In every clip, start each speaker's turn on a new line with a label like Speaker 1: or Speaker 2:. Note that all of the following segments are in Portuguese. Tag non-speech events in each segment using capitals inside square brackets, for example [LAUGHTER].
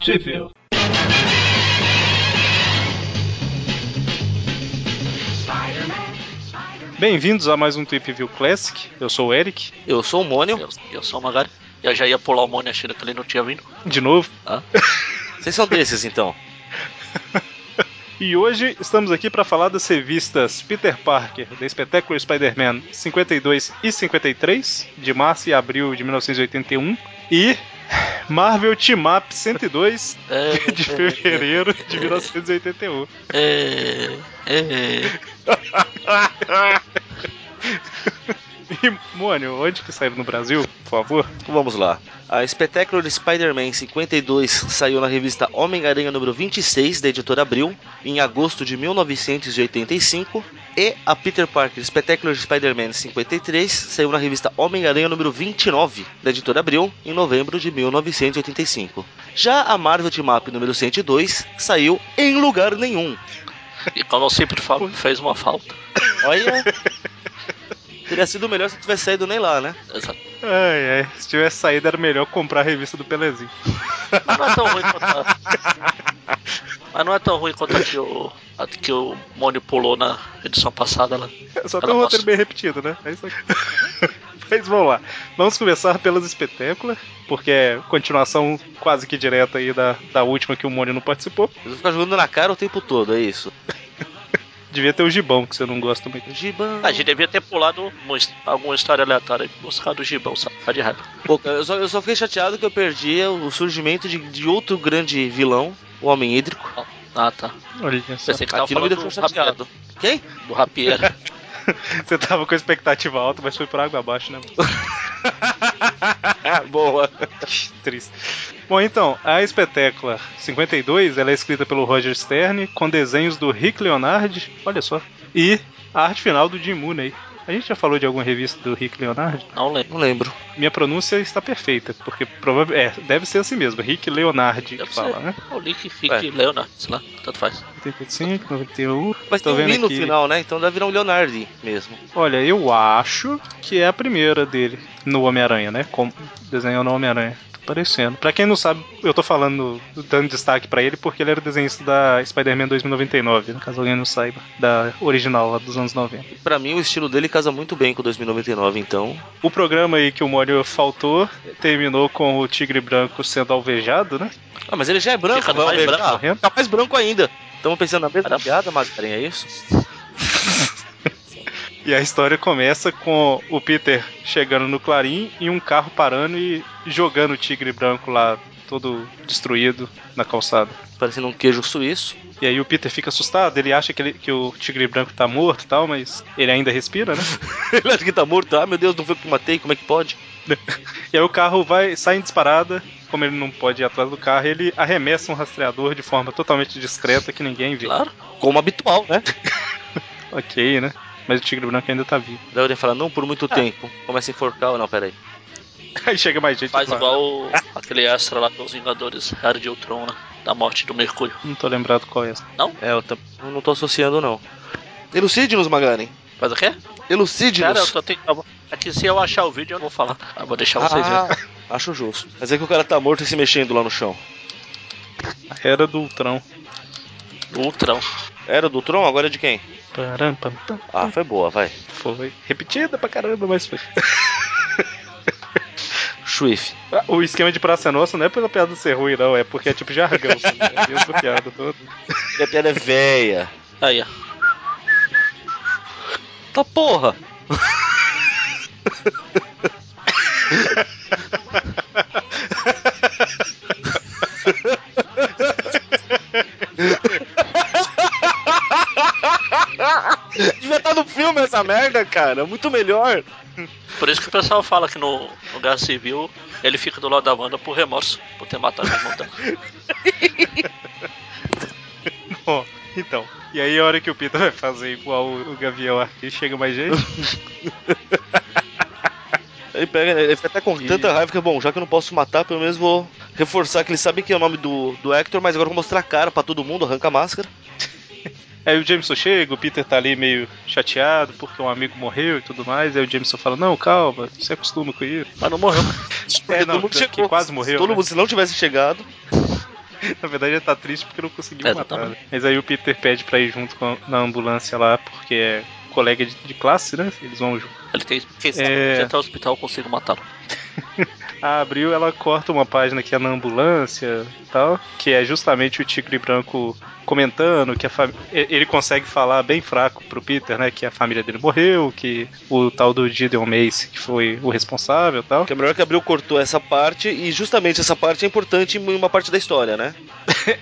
Speaker 1: Sheffield. Bem-vindos a mais um Trip View Classic. Eu sou o Eric.
Speaker 2: Eu sou o Mônio. Eu, eu sou o Magari. Eu já ia pular o Mônio achando que ele não tinha vindo.
Speaker 1: De novo.
Speaker 2: Ah.
Speaker 3: Vocês são desses então?
Speaker 1: E hoje estamos aqui para falar das revistas Peter Parker, The Spectacular Spider-Man 52 e 53, de março e abril de 1981, e Marvel Team Up 102, [LAUGHS]
Speaker 2: É,
Speaker 3: [LAUGHS]
Speaker 1: de fevereiro de 1981.
Speaker 2: é, é.
Speaker 1: E, Mônio, onde que saiu no Brasil, por favor?
Speaker 3: Vamos lá. A Spectacular Spider-Man 52 saiu na revista Homem-Aranha número 26 da editora Abril em agosto de 1985 e a Peter Parker Spectacular Spider-Man 53 saiu na revista Homem-Aranha número 29 da editora Abril em novembro de 1985. Já a Marvel Team Up número 102 saiu em lugar nenhum.
Speaker 2: E como eu sempre falo, fez uma falta.
Speaker 3: Olha, teria sido melhor se não tivesse saído nem lá, né?
Speaker 2: Exato.
Speaker 1: Ai, ai, se tivesse saído era melhor comprar a revista do Pelezinho.
Speaker 2: Mas não é tão ruim quanto a... Mas não é tão ruim quanto a que o, a que o Mônio pulou na edição passada né? lá.
Speaker 1: Só tem um roteiro bem repetido, né? É isso aqui. [LAUGHS] Mas vamos lá. Vamos começar pelas espetáculas, porque é continuação quase que direta aí da, da última que o Mônio não participou.
Speaker 3: Eles vão ficar jogando na cara o tempo todo, é isso.
Speaker 1: Devia ter o Gibão, que você não gosta muito.
Speaker 3: Gibão.
Speaker 2: A gente devia ter pulado uma his- alguma história aleatória e buscado o Gibão, sabe? Tá de raiva.
Speaker 3: Pô, cara, eu só, eu só fiquei chateado que eu perdi o surgimento de, de outro grande vilão, o Homem Hídrico.
Speaker 2: Ah, tá.
Speaker 1: Olha só.
Speaker 2: Pensei que tava
Speaker 3: Aqui não me
Speaker 2: falando
Speaker 3: deixou
Speaker 2: do Rapiero.
Speaker 3: chateado. Quem?
Speaker 2: Do Rapiero.
Speaker 1: Você tava com a expectativa alta, mas foi por água abaixo, né?
Speaker 2: Ah,
Speaker 3: Boa.
Speaker 1: Triste. Bom, então, a espetácula 52, ela é escrita pelo Roger Stern, com desenhos do Rick Leonard, olha só, e a arte final do Jim Mooney. A gente já falou de alguma revista do Rick Leonard?
Speaker 2: Não lembro.
Speaker 3: Não lembro.
Speaker 1: Minha pronúncia está perfeita, porque provavelmente. É, deve ser assim mesmo, Rick Leonard que
Speaker 2: Deve
Speaker 1: fala,
Speaker 2: ser.
Speaker 1: né?
Speaker 2: O Link fique
Speaker 3: Ué.
Speaker 2: Leonard, sei lá, tanto faz.
Speaker 1: 85, 91.
Speaker 3: Mas
Speaker 1: Tô
Speaker 3: tem um
Speaker 1: vendo
Speaker 3: I no
Speaker 1: aqui.
Speaker 3: final, né? Então deve virar um Leonardo mesmo.
Speaker 1: Olha, eu acho que é a primeira dele no Homem-Aranha, né? Com, desenhando o Homem-Aranha. Tá Parecendo. Pra quem não sabe, eu tô falando, dando destaque pra ele porque ele era o desenhista da Spider-Man 2099, né? caso alguém não saiba, da original lá dos anos 90.
Speaker 3: E pra mim o estilo dele casa muito bem com o 2099, então.
Speaker 1: O programa aí que o Mônio faltou terminou com o Tigre Branco sendo alvejado, né?
Speaker 3: Ah, mas ele já é branco,
Speaker 2: Fica
Speaker 3: vai
Speaker 2: mais
Speaker 3: alvejar.
Speaker 2: branco.
Speaker 1: Morrendo.
Speaker 3: Fica mais branco ainda. Estamos pensando na mesma
Speaker 2: Caramba.
Speaker 3: piada, Mascarinha, é isso?
Speaker 1: E a história começa com o Peter chegando no Clarim e um carro parando e jogando o tigre branco lá, todo destruído, na calçada.
Speaker 3: Parecendo um queijo suíço. [LAUGHS]
Speaker 1: E aí o Peter fica assustado, ele acha que, ele- que o tigre branco tá morto e tal, mas ele ainda respira,
Speaker 3: [LAUGHS]
Speaker 1: né?
Speaker 3: ele acha que tá morto. Ah, meu Deus, não foi eu que matei, como é que pode?
Speaker 1: E aí o carro vai, sai em disparada, como ele não pode ir atrás do carro, ele arremessa um rastreador de forma totalmente discreta que ninguém vê.
Speaker 2: Claro.
Speaker 3: Como habitual,
Speaker 2: [LAUGHS]
Speaker 3: né?
Speaker 1: Ok, né? Mas o tigre branco ainda tá vivo. [LAUGHS]
Speaker 3: Daí ele fala, não por muito
Speaker 2: É.
Speaker 3: tempo. Começa a enforcar. Não, peraí.
Speaker 1: Aí chega mais gente.
Speaker 2: Faz
Speaker 1: claro.
Speaker 2: igual o- aquele extra lá dos Vingadores, Era de Ultron, né? Da morte do Mercúrio.
Speaker 1: Não tô lembrado qual é essa.
Speaker 3: É, eu tam- eu não tô associando, não. Elucide-nos, Magaren.
Speaker 2: Faz o quê?
Speaker 3: Elucide-nos.
Speaker 2: Cara, eu tô tentando. É que se eu achar o vídeo, eu não vou falar. Eu vou deixar vocês verem.
Speaker 3: ah, [LAUGHS] acho justo. Quer dizer que o cara tá morto e se mexendo lá no chão.
Speaker 1: Era do Ultron.
Speaker 2: O Ultron.
Speaker 3: Era do Tron, agora é de quem?
Speaker 1: Param, pam, pam.
Speaker 3: Ah, foi boa, vai.
Speaker 1: Foi. Repetida pra caramba, mas foi. [LAUGHS]
Speaker 3: Swift.
Speaker 1: Ah, O esquema de Praça é Nossa não é pela piada ser ruim, não. É porque é tipo jargão. sabe? É a mesma piada toda.
Speaker 3: E a piada é véia.
Speaker 2: Aí, ó.
Speaker 3: Tá porra! [LAUGHS] Devia estar no filme essa merda, cara. Muito melhor.
Speaker 2: Por isso que o pessoal fala que no no Guerra Civil ele fica do lado da Wanda por remorso, por ter matado o irmão dela.
Speaker 1: Bom, então. E aí, a hora que o Peter vai fazer igual o o Gavião Arqueiro, chega mais gente.
Speaker 3: Ele pega, ele fica até com
Speaker 1: E-
Speaker 3: tanta raiva que, bom, já que eu não posso matar, pelo menos vou reforçar que ele sabe que é o nome do, do Hector, mas agora eu vou mostrar a cara pra todo mundo, arranca a máscara.
Speaker 1: Aí o Jameson chega, o Peter tá ali meio chateado porque um amigo morreu e tudo mais. Aí o Jameson fala: Não, calma, você acostuma com isso. [LAUGHS]
Speaker 2: Mas não morreu.
Speaker 1: É, não, que quase morreu.
Speaker 3: Todo
Speaker 1: né?
Speaker 3: mundo, se não tivesse chegado.
Speaker 1: Na verdade ele tá triste porque não conseguiu
Speaker 2: É,
Speaker 1: matar.
Speaker 2: exatamente.
Speaker 1: né? Mas aí o Peter pede pra ir junto com, na ambulância lá, porque é colega de, de classe, né? Eles vão junto.
Speaker 2: Ele tem que
Speaker 1: É.
Speaker 2: se até o hospital eu consigo matá-lo.
Speaker 1: A Abril, ela corta uma página que é na ambulância e tal, que é justamente o Tigre Branco comentando que a fami- e- ele consegue falar bem fraco pro Peter, né, que a família dele morreu, que o tal do Gideon Mace que foi o responsável e tal.
Speaker 3: Que é melhor que abriu, cortou essa parte, e justamente essa parte é importante em uma parte da história, né?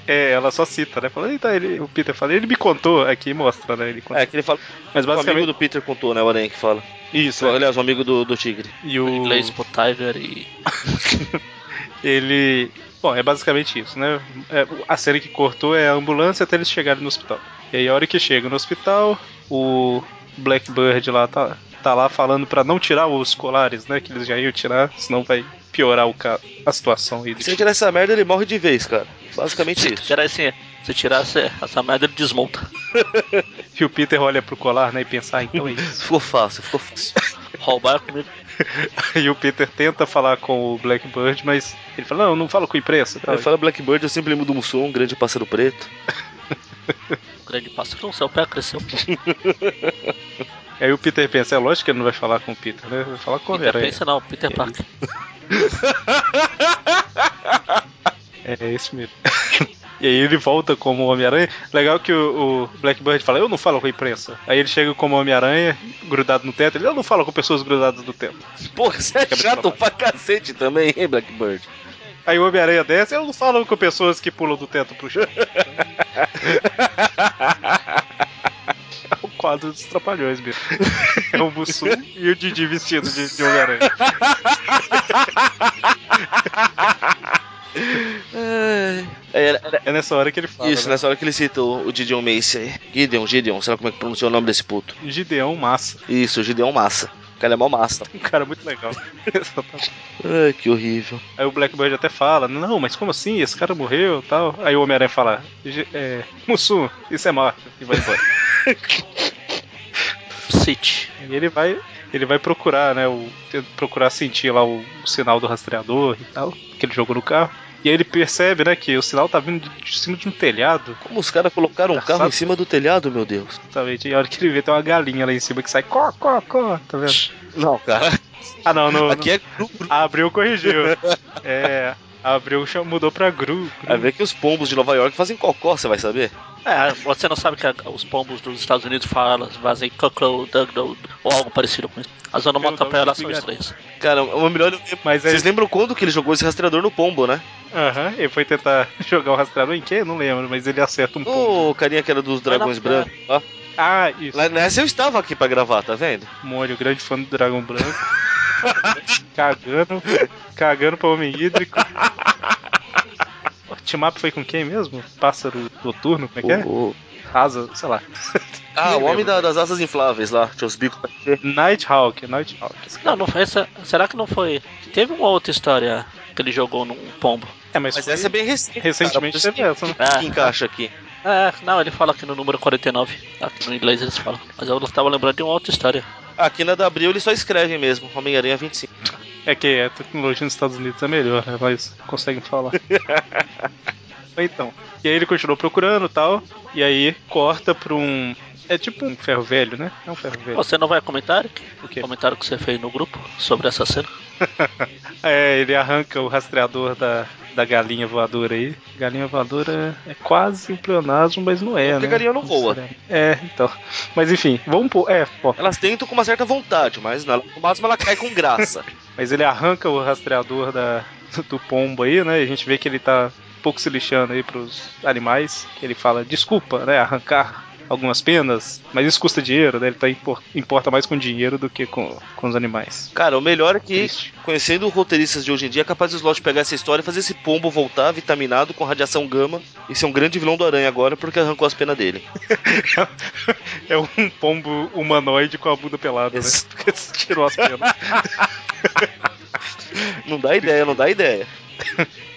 Speaker 1: É, ela só cita, né? Fala, eita, ele, o Peter fala, ele me contou aqui, mostra, né? Ele contou.
Speaker 3: É, que ele fala.
Speaker 1: Mas
Speaker 3: O amigo
Speaker 1: basicamente
Speaker 3: do Peter contou, né? O Aranha que fala.
Speaker 1: isso. é.
Speaker 3: Aliás, o amigo do, do Tigre.
Speaker 1: E o
Speaker 2: Em Inglês pro Tiger e.
Speaker 1: ele. Bom, é basicamente isso, né? É, a cena que cortou é a ambulância até eles chegarem no hospital. E aí, a hora que chega no hospital, o Blackbird lá tá, tá lá falando pra não tirar os colares, né? Que eles já iam tirar, senão vai piorar o ca... a situação. aí do
Speaker 3: Se ele tirar essa merda, ele morre de vez, cara. Basicamente isso.
Speaker 2: Tirar esse, se tirar essa, essa merda, ele desmonta.
Speaker 1: E o Peter olha pro colar, né? E pensar, ah, então é isso.
Speaker 3: [LAUGHS] Ficou fácil, ficou fácil.
Speaker 2: Roubar comigo.
Speaker 1: e o Peter tenta falar com o Blackbird, mas ele fala: não, não falo com imprensa. Tal.
Speaker 3: [LAUGHS] Ele fala Blackbird, eu sempre lembro do Mussum, um grande pássaro preto.
Speaker 2: O grande pássaro, não sei, o pé cresceu.
Speaker 1: E aí o Peter pensa: é lógico que ele não vai falar com o Peter, né? Vai falar com o
Speaker 2: Peter
Speaker 3: tá
Speaker 1: Aranha.
Speaker 2: pensa não, Peter Parker.
Speaker 1: É, é esse mesmo. [LAUGHS] e aí ele volta como Homem-Aranha. Legal que o, o Blackbird fala, eu não falo com a imprensa. Aí ele chega como Homem-Aranha, grudado no teto. Ele, eu não falo com pessoas grudadas no teto.
Speaker 3: Porra, você é
Speaker 1: Cabeça
Speaker 3: chato
Speaker 1: pra
Speaker 3: pra cacete também, hein, Blackbird?
Speaker 1: Aí o Homem-Aranha desce, eu não falo com pessoas que pulam do teto pro chão. [LAUGHS] É o quadro dos trapalhões, mesmo. [LAUGHS] É o Mussum e o Didi vestido de, de Homem-Aranha.
Speaker 3: É, era- era-
Speaker 1: É nessa hora que ele fala.
Speaker 3: isso,
Speaker 1: né?
Speaker 3: nessa hora que ele cita o o Gideon Mace aí. Gideon, Gideon, sei lá como é que pronunciou o nome desse puto.
Speaker 1: Gideão Massa.
Speaker 3: Isso, Gideon Massa. O cara é mó massa.
Speaker 1: Um cara muito legal. Só tá
Speaker 3: [LAUGHS] Ai, que horrível.
Speaker 1: Aí o Blackbird até fala, não, mas como assim? Esse cara morreu e tal. Aí o Homem-Aranha fala, "Ge- é, Mussum, isso é morte. E vai embora.
Speaker 3: [LAUGHS]
Speaker 2: City.
Speaker 1: e ele vai, ele vai procurar, né? O, te- procurar sentir lá o, o sinal do rastreador e tal, que ele jogou no carro. E aí ele percebe, né, que o sinal tá vindo de, de cima de um telhado.
Speaker 3: Como os caras colocaram um
Speaker 1: Engraçado.
Speaker 3: carro em cima do telhado, meu Deus.
Speaker 1: Exatamente. E a hora que ele vê, tem uma galinha lá em cima que sai, có, có, có, tá vendo?
Speaker 3: [LAUGHS] Não, cara.
Speaker 1: Ah, não, [LAUGHS] não.
Speaker 3: Aqui
Speaker 1: não.
Speaker 3: é.
Speaker 1: Abriu, corrigiu.
Speaker 3: [LAUGHS]
Speaker 1: é. Abriu, cham- mudou pra Gru. Gru.
Speaker 3: Vai ver que os pombos de Nova York fazem cocó, você vai saber?
Speaker 2: É, você não sabe que a- os pombos dos Estados Unidos falam, fazem cuckoo, dugdog, ou algo parecido com isso. As onomatopeias lá são estranhas.
Speaker 3: Cara, é uma melhor.
Speaker 1: Mas aí-
Speaker 3: Vocês lembram quando que ele jogou esse rastreador no pombo, né?
Speaker 1: Aham, ele foi tentar [LAUGHS] jogar o rastreador em quem? Não lembro, mas ele acerta um pouco.
Speaker 3: O carinha que era dos dragões
Speaker 2: Vai lá,
Speaker 3: brancos. ó.
Speaker 1: Ah, isso.
Speaker 3: Lá nessa eu estava aqui pra gravar, tá vendo?
Speaker 1: Mônio, grande fã do Dragão Branco. [LAUGHS] cagando, cagando pra Homem Hídrico. O Timap foi com quem mesmo? Pássaro noturno, como é que é?
Speaker 3: O- o-
Speaker 1: Asa, sei lá.
Speaker 3: Ah, o
Speaker 1: Nem
Speaker 3: homem
Speaker 1: lembro.
Speaker 3: da- das asas infláveis lá, tinha os bicos.
Speaker 1: [LAUGHS] Nighthawk, Nighthawk.
Speaker 2: Não, não foi essa. Será que não foi? Teve uma outra história que ele jogou num pombo.
Speaker 1: É, mas,
Speaker 3: Mas
Speaker 1: foi-
Speaker 3: essa é bem recente.
Speaker 1: recentemente
Speaker 3: cara,
Speaker 1: teve essa, né?
Speaker 3: por isso que encaixa aqui.
Speaker 2: É, não, ele fala aqui no número 49. Aqui no inglês eles falam. Mas eu tava lembrando de uma outra história.
Speaker 3: Aqui na da Abril eles só escrevem mesmo, Homem-Aranha 25.
Speaker 1: É que a tecnologia nos Estados Unidos é melhor, né? Mas conseguem
Speaker 3: [LAUGHS]
Speaker 1: falar. então. E aí ele continuou procurando e tal. E aí corta pra um. É tipo um ferro velho, né? É um ferro velho.
Speaker 2: Você não vai comentar, Eric?
Speaker 1: O quê?
Speaker 2: Comentário que você fez no grupo sobre essa cena.
Speaker 1: [LAUGHS] É, ele arranca o rastreador da, da galinha voadora aí. Galinha voadora é quase um pleonasmo, mas não é,
Speaker 3: Porque
Speaker 1: né?
Speaker 3: galinha não voa.
Speaker 1: É, então. Mas enfim, vamos pôr. É, ó.
Speaker 3: Elas tentam com uma certa vontade, mas na- no máximo ela cai com
Speaker 1: [LAUGHS]
Speaker 3: graça.
Speaker 1: Mas ele arranca o rastreador da, [LAUGHS] do pombo aí, né? E a gente vê que ele tá um pouco se lixando aí pros animais. Que ele fala, desculpa, né? Arrancar algumas penas, mas isso custa dinheiro, né? Ele tá impor- importa mais com dinheiro do que com, com os animais.
Speaker 3: Cara, o melhor é que,
Speaker 1: Triste.
Speaker 3: conhecendo roteiristas de hoje em dia, é capaz do Slot pegar essa história e fazer esse pombo voltar vitaminado com radiação gama e ser um grande vilão do Aranha agora porque arrancou as penas dele.
Speaker 1: É um pombo humanoide com a bunda pelada, né? [LAUGHS]
Speaker 3: Isso.
Speaker 1: Porque tirou as penas.
Speaker 3: Não dá ideia, não dá ideia.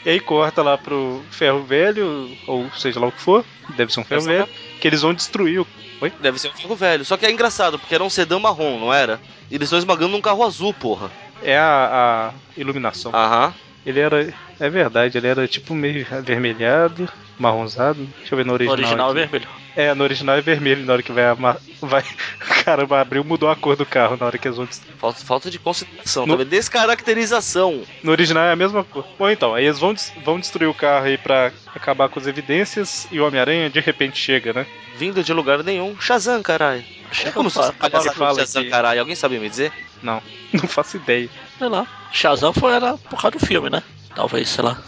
Speaker 1: E aí corta lá pro ferro velho, ou seja lá o que for, deve ser um ferro
Speaker 3: Deve ser
Speaker 1: velho, que eles vão destruir o. Oi?
Speaker 3: Deve ser um carro velho. Só que é engraçado, porque era um sedã marrom, não era? E Eles estão esmagando num carro azul, porra.
Speaker 1: É a, a iluminação.
Speaker 3: Aham.
Speaker 1: Ele era. É verdade, ele era tipo meio avermelhado, marronzado. Deixa eu ver no
Speaker 2: O
Speaker 1: original.
Speaker 2: original é
Speaker 1: aqui.
Speaker 2: vermelho.
Speaker 1: É, no original é vermelho na hora que vai. Amar... vai... [LAUGHS] Caramba, abriu, mudou a cor do carro na hora que as outras.
Speaker 3: Falta, falta de consideração,
Speaker 1: No-
Speaker 3: tá vendo? descaracterização.
Speaker 1: No original é a mesma cor. Bom, então, aí eles vão, des- vão destruir o carro aí pra acabar com as evidências e o Homem-Aranha de repente chega, né?
Speaker 3: Vindo de lugar nenhum. Shazam, caralho.
Speaker 2: Chega
Speaker 3: Como
Speaker 2: Como
Speaker 3: se fosse
Speaker 2: fala,
Speaker 3: palhaçada
Speaker 1: fala-
Speaker 3: do
Speaker 1: fala
Speaker 3: Shazam,
Speaker 1: que-
Speaker 3: caralho? Alguém sabe me dizer?
Speaker 1: Não, [LAUGHS] não faço ideia.
Speaker 2: sei lá. Shazam foi era por causa do filme, né? Talvez, sei lá.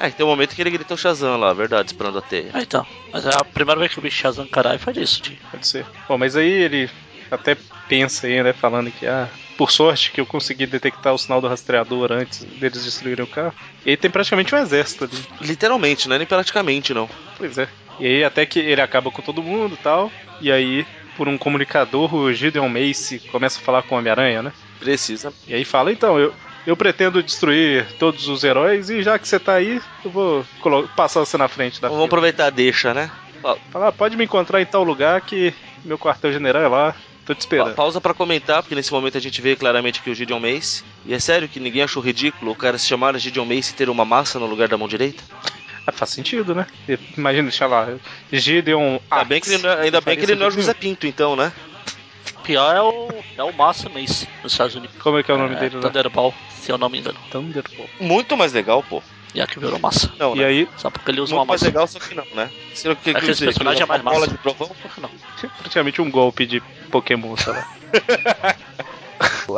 Speaker 3: É, que tem um momento que ele gritou Shazam lá, verdade, esperando a teia.
Speaker 2: Ah, então. Mas é a primeira vez que eu vi Shazam caralho foi disso. De...
Speaker 1: Pode ser. Bom, mas aí ele até pensa aí, né? Falando que, ah, por sorte que eu consegui detectar o sinal do rastreador antes deles destruírem o carro. E aí tem praticamente um exército ali.
Speaker 3: Literalmente, não é nem praticamente, não.
Speaker 1: Pois é. E aí até que ele acaba com todo mundo e tal. E aí, por um comunicador, o Gideon Mace começa a falar com o Homem-Aranha, né?
Speaker 3: Precisa.
Speaker 1: E aí fala, então, eu, eu pretendo destruir todos os heróis e já que você tá aí, eu vou colo- passar você na frente da
Speaker 3: Vamos
Speaker 1: fila.
Speaker 3: aproveitar a deixa, né?
Speaker 1: Fala, "Ah, pode me encontrar em tal lugar que meu quartel-general é lá, tô te
Speaker 3: Pa-
Speaker 1: esperando.
Speaker 3: pausa pra comentar, porque nesse momento a gente vê claramente que o Gideon Mace. E é sério que ninguém achou ridículo o cara se chamar Gideon Mace e ter uma massa no lugar da mão direita?
Speaker 1: Ah, faz sentido, né? Imagina, deixa lá, Gideon
Speaker 3: Ainda bem que ele não é, ainda bem que ele não é o
Speaker 1: Faria
Speaker 3: José Pinto, então, né?
Speaker 2: Pior é o, é o Massa Mace nos Estados Unidos.
Speaker 1: Como é que é o nome
Speaker 2: é,
Speaker 1: dele? Né?
Speaker 2: Thunderball, se eu não me engano.
Speaker 1: Thunderbolt.
Speaker 3: Muito mais legal, pô.
Speaker 2: E aqui virou massa.
Speaker 3: Não,
Speaker 1: E
Speaker 3: né?
Speaker 1: aí,
Speaker 2: Só porque ele usa
Speaker 3: Muito
Speaker 2: uma
Speaker 3: mais
Speaker 2: massa.
Speaker 3: legal, só que não, né? Será que,
Speaker 2: É que esse personagem é mais
Speaker 3: uma bola
Speaker 2: massa.
Speaker 3: de trovão? [LAUGHS]
Speaker 2: Por que não?
Speaker 1: praticamente um golpe de Pokémon, sei lá.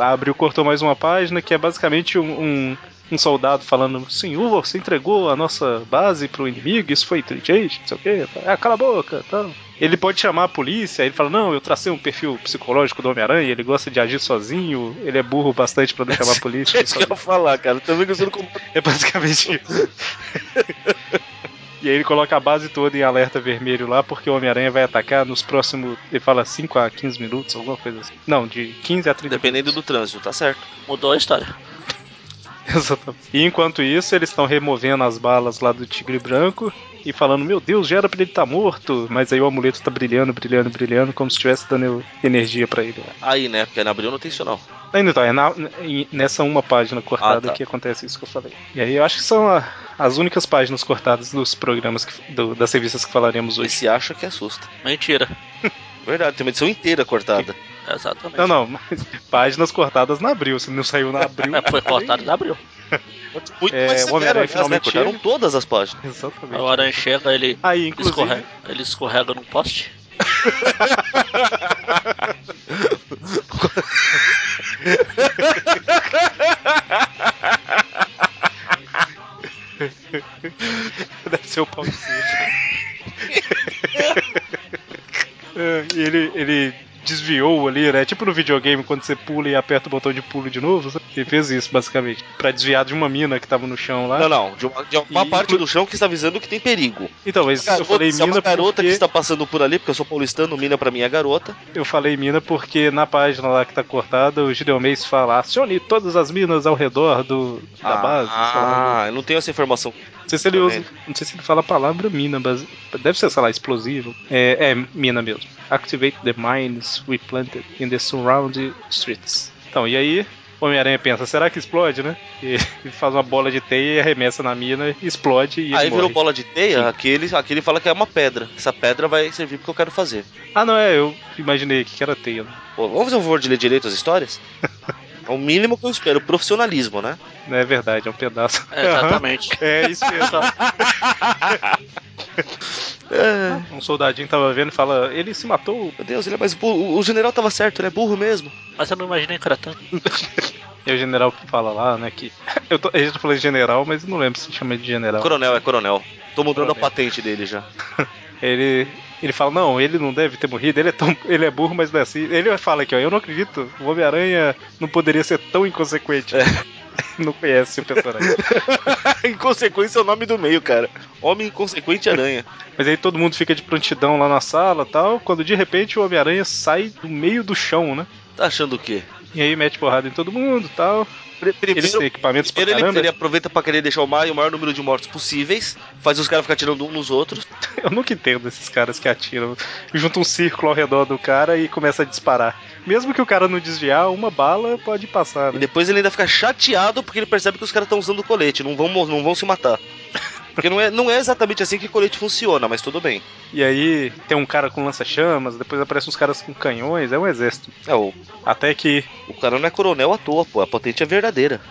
Speaker 1: Abriu, cortou mais uma página que é basicamente um, um, um soldado falando: Senhor, você entregou a nossa base pro inimigo, isso foi inteligente, não sei o quê. Ah, cala a boca, tal. Ele pode chamar a polícia, aí ele fala: Não, eu tracei um perfil psicológico do Homem-Aranha, ele gosta de agir sozinho, ele é burro bastante pra não
Speaker 3: [LAUGHS]
Speaker 1: chamar a polícia.
Speaker 3: É isso que eu ia falar, cara. Eu Também gostando como
Speaker 1: É basicamente isso. E aí ele coloca a base toda em alerta vermelho lá, porque o Homem-Aranha vai atacar nos próximos. Ele fala 5 a 15 minutos, alguma coisa assim. Não, de 15 a 30
Speaker 3: Dependendo do trânsito, tá certo.
Speaker 2: Mudou a história.
Speaker 1: [LAUGHS] Exatamente. E enquanto isso, eles estão removendo as balas lá do Tigre Branco e falando: Meu Deus, já era pra ele estar morto. Mas aí o amuleto tá brilhando, brilhando, brilhando, como se estivesse dando energia pra ele.
Speaker 3: Aí, né? Porque na abril não tem isso, não.
Speaker 1: Ainda então, é na- em- nessa uma página cortada
Speaker 3: Ah, tá.
Speaker 1: que acontece isso que eu falei. E aí eu acho que são a- as únicas páginas cortadas dos programas, que- do- das revistas que falaremos hoje.
Speaker 3: Esse acha que assusta.
Speaker 2: Mentira.
Speaker 3: Verdade, tem uma edição inteira cortada.
Speaker 2: Exatamente.
Speaker 1: Não, não, mas páginas cortadas na abril, se não saiu na
Speaker 3: [LAUGHS]
Speaker 1: abril.
Speaker 2: É, foi cortado em abril.
Speaker 3: Muito
Speaker 1: É,
Speaker 3: mais
Speaker 1: o
Speaker 3: severo,
Speaker 1: Homem-Aranha
Speaker 3: aliás, né?
Speaker 1: finalmente
Speaker 3: Cortaram
Speaker 1: chega.
Speaker 3: todas as páginas.
Speaker 2: O
Speaker 1: Exatamente.
Speaker 2: Aranha chega, ele
Speaker 3: é
Speaker 1: Aí, inclusive,
Speaker 2: escorrega, ele escorrega num poste.
Speaker 1: deve ser o pau de [LAUGHS] É, e ele, ele desviou ali, né? Tipo no videogame, quando você pula e aperta o botão de pulo de novo. sabe? Ele fez isso, basicamente. Pra desviar de uma mina que tava no chão lá.
Speaker 3: Não, não. De uma, de uma
Speaker 1: E-
Speaker 3: parte do chão que está avisando que tem perigo.
Speaker 1: Então, mas eu falei
Speaker 3: se é
Speaker 1: mina
Speaker 3: uma garota
Speaker 1: porque...
Speaker 3: que está passando por ali, porque eu sou paulistano, mina pra mim é garota.
Speaker 1: Eu falei mina porque na página lá que tá cortada, o Gideon Mace fala: acione todas as minas ao redor do, da base. sei lá.
Speaker 3: ah, eu não tenho essa informação.
Speaker 1: não sei se ele usa.
Speaker 3: também.
Speaker 1: Não sei se ele fala a palavra mina, mas deve ser, sei lá, explosivo. É, é mina mesmo. Activate the mines we planted in the surrounding streets. Então, e aí? o Homem-Aranha pensa, será que explode, né? E, [LAUGHS] e faz uma bola de teia e arremessa na mina, explode e
Speaker 3: Aí
Speaker 1: ele
Speaker 3: virou
Speaker 1: morre.
Speaker 3: bola de teia, aquele, aquele fala que é uma pedra. Essa pedra vai servir porque eu quero fazer.
Speaker 1: Ah, não, é, eu imaginei que era teia. né?
Speaker 3: Pô, vamos fazer um favor de ler direito as
Speaker 1: [LAUGHS]
Speaker 3: histórias? É o mínimo que eu espero, profissionalismo, né?
Speaker 1: Não é verdade, é um pedaço.
Speaker 2: É,
Speaker 3: tá.
Speaker 2: exatamente.
Speaker 1: [LAUGHS] É isso mesmo. Um soldadinho tava vendo e fala, ele se matou.
Speaker 3: Meu Deus, ele é mais burro. O general tava certo, ele é burro mesmo.
Speaker 2: Mas eu não imaginei que era tanto.
Speaker 1: E o general fala lá, né, que... [LAUGHS] Eu tô, a gente tá falando de general, mas não lembro se chama de general.
Speaker 3: Coronel, é coronel. Tô mudando
Speaker 1: Coronel.
Speaker 3: a patente dele já. [LAUGHS]
Speaker 1: Ele... Ele fala, não, ele não deve ter morrido, ele é, tão, ele é burro, mas não é assim. Ele fala aqui, ó, eu não acredito, o Homem-Aranha não poderia ser tão inconsequente.
Speaker 3: É.
Speaker 1: [LAUGHS] Não conhece o personagem.
Speaker 3: Inconsequência é o nome do meio, cara. Homem inconsequente aranha.
Speaker 1: Mas aí todo mundo fica de prontidão lá na sala tal, quando de repente o Homem-Aranha sai do meio do chão, né?
Speaker 3: Tá achando o quê?
Speaker 1: E aí mete porrada em todo mundo e tal.
Speaker 3: Pri-
Speaker 1: Eles têm
Speaker 3: Primeiro,
Speaker 1: equipamentos pra
Speaker 3: primeiro ele, é ele
Speaker 1: caramba.
Speaker 3: aproveita pra querer deixar o Mario o maior número de mortos possíveis, faz os caras ficar tirando um nos outros.
Speaker 1: Eu nunca entendo esses caras que atiram. Junta um círculo ao redor do cara e começa a disparar. Mesmo que o cara não desviar, uma bala pode passar,
Speaker 3: E
Speaker 1: né?
Speaker 3: depois ele ainda fica chateado porque ele percebe que os caras estão usando colete, não vão, mo- não vão se
Speaker 1: [LAUGHS]
Speaker 3: matar. Porque não é, não é exatamente assim que colete funciona, mas tudo bem.
Speaker 1: E aí tem um cara com lança-chamas, depois aparecem uns caras com canhões, é um exército.
Speaker 3: É, o,
Speaker 1: Até que.
Speaker 3: o cara não é coronel à toa, pô. A potente é verdadeira.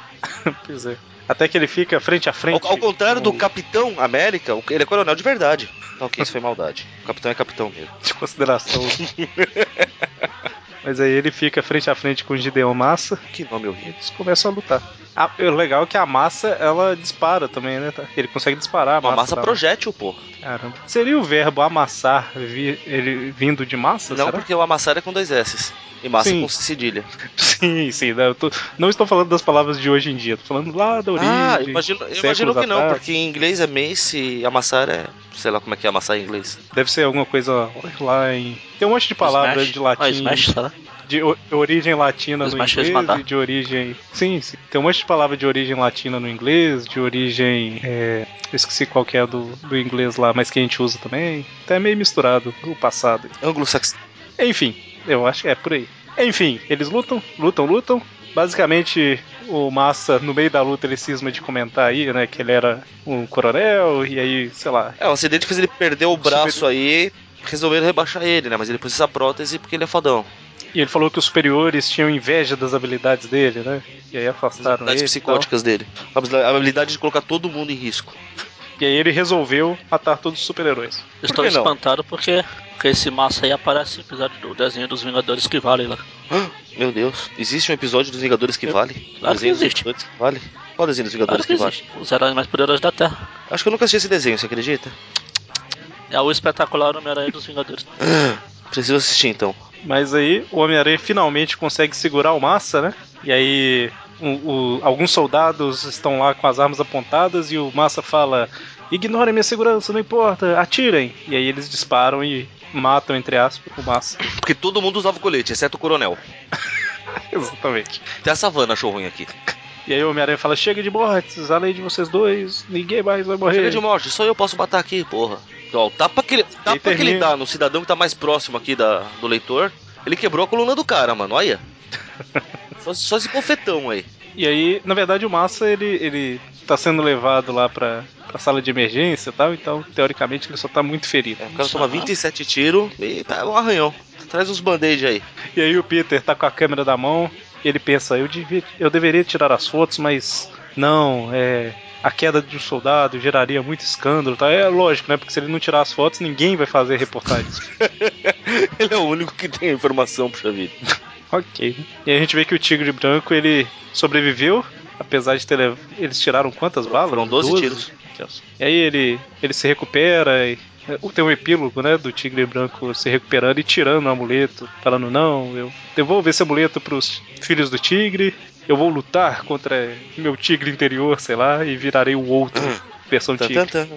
Speaker 1: Pois é. Até que ele fica frente a frente.
Speaker 3: Ao, ao contrário do
Speaker 1: com-
Speaker 3: Capitão América, o- ele é coronel de verdade. Tá, ok, isso foi maldade. O capitão é capitão mesmo.
Speaker 1: de consideração. Mas aí ele fica frente a frente com o Gideon Massa
Speaker 3: Que nome
Speaker 1: e
Speaker 3: horrível.
Speaker 1: eles começam a lutar. Ah, o legal é que a massa ela dispara também, né? tá? Ele consegue disparar a
Speaker 3: É Uma
Speaker 1: massa.
Speaker 3: massa
Speaker 1: da-
Speaker 3: projétil, pô.
Speaker 1: Caramba. Seria o verbo amassar vi- ele vindo de massa?
Speaker 3: Não,
Speaker 1: será?
Speaker 3: porque o amassar é com dois S's. E massa
Speaker 1: Sim.
Speaker 3: com cedilha.
Speaker 1: [LAUGHS] Sim, sim. Não, eu tô- não estou falando das palavras de hoje em dia, tô falando lá da origem.
Speaker 3: Ah, imagino, eu imagino
Speaker 1: séculos
Speaker 3: que não,
Speaker 1: atrás.
Speaker 3: porque em inglês é mace e amassar é. Sei lá como é que é amassar em inglês.
Speaker 1: Deve ser alguma coisa lá em. Tem um monte de palavras
Speaker 2: Smash.
Speaker 1: de latim.
Speaker 2: Ah, Smash, será?
Speaker 1: de o- origem latina no
Speaker 2: Smash
Speaker 1: inglês
Speaker 2: eles matar.
Speaker 1: e de origem. Sim, sim. Tem um monte de palavra de origem latina no inglês, de origem. é, eu esqueci qual que é do, do inglês lá, mas que a gente usa também. Tá meio misturado o passado.
Speaker 3: É Anglo-saxão.
Speaker 1: Enfim, eu acho que é por aí. Enfim, eles lutam, lutam, lutam. Basicamente, o Massa, no meio da luta, ele cisma de comentar aí, né, que ele era um coronel, e aí, sei lá.
Speaker 3: É, o acidente fez ele perder o braço aí. Resolveram rebaixar ele, né? Mas ele pôs essa prótese porque ele é fodão.
Speaker 1: E ele falou que os superiores tinham inveja das habilidades dele, né? E aí afastaram ele.
Speaker 3: Habilidades
Speaker 1: e tal.
Speaker 3: psicóticas dele. A habilidade de colocar todo mundo em risco.
Speaker 1: E aí ele resolveu matar todos os super-heróis.
Speaker 2: Eu Estou
Speaker 3: que não?
Speaker 2: espantado porque, porque esse massa aí aparece no episódio do desenho dos Vingadores que vale lá.
Speaker 3: Meu Deus. Existe um episódio dos Vingadores que vale?
Speaker 2: Claro que
Speaker 3: Desenho dos
Speaker 2: existe.
Speaker 3: Vingadores que vale? Qual desenho dos
Speaker 2: Claro
Speaker 3: Vingadores
Speaker 2: que
Speaker 3: que, vale?
Speaker 2: existe. Os heróis mais poderosos da Terra.
Speaker 3: Acho que eu nunca assisti esse desenho, você acredita?
Speaker 2: É o espetacular Homem-Aranha dos Vingadores.
Speaker 3: Preciso assistir então.
Speaker 1: Mas aí o Homem-Aranha finalmente consegue segurar o Massa, né? E aí o- o- alguns soldados estão lá com as armas apontadas e o Massa fala: ignorem minha segurança, não importa, atirem. E aí eles disparam e matam, entre aspas, o
Speaker 3: [LAUGHS]
Speaker 1: Massa.
Speaker 3: Porque todo mundo usava o colete, exceto o coronel.
Speaker 1: Exatamente.
Speaker 3: Até a savana achou ruim aqui.
Speaker 1: E aí o Homem-Aranha fala: chega de mortes, além de vocês dois, ninguém mais vai morrer.
Speaker 3: Chega de morte, só eu posso matar aqui, porra. Então, ó, o tapa que ele, o tapa que ele
Speaker 1: termina.
Speaker 3: dá no cidadão que tá mais próximo aqui da, do leitor, ele quebrou a coluna do cara, mano. Olha. [LAUGHS] Só, só esse confetão aí.
Speaker 1: E aí, na verdade, o Massa ele, ele tá sendo levado lá pra, pra sala de emergência e tal, então teoricamente ele só tá muito ferido.
Speaker 3: É, o cara toma 27 tiros e é um arranhão. Traz uns band-aid aí.
Speaker 1: E aí o Peter tá com a câmera da mão, e ele pensa, eu, devia, eu deveria tirar as fotos, mas não, é. A queda de um soldado geraria muito escândalo, tá? É lógico, né? Porque se ele não tirar as fotos, ninguém vai fazer reportagens.
Speaker 3: [LAUGHS] Ele é o único que tem a informação, puxa vida.
Speaker 1: ok. E aí a gente vê que o Tigre Branco, ele sobreviveu, apesar de ter lev- eles tiraram quantas balas?
Speaker 3: Ah, Foram 12
Speaker 1: Doze?
Speaker 3: tiros.
Speaker 1: E aí ele, ele se recupera e é, tem um epílogo, né, do Tigre Branco se recuperando e tirando o amuleto, falando, não, eu devolvo esse amuleto pros filhos do Tigre, eu vou lutar contra meu Tigre interior, sei lá, e virarei o outro, versão
Speaker 3: Tan,
Speaker 1: Tigre.
Speaker 3: tan, tan.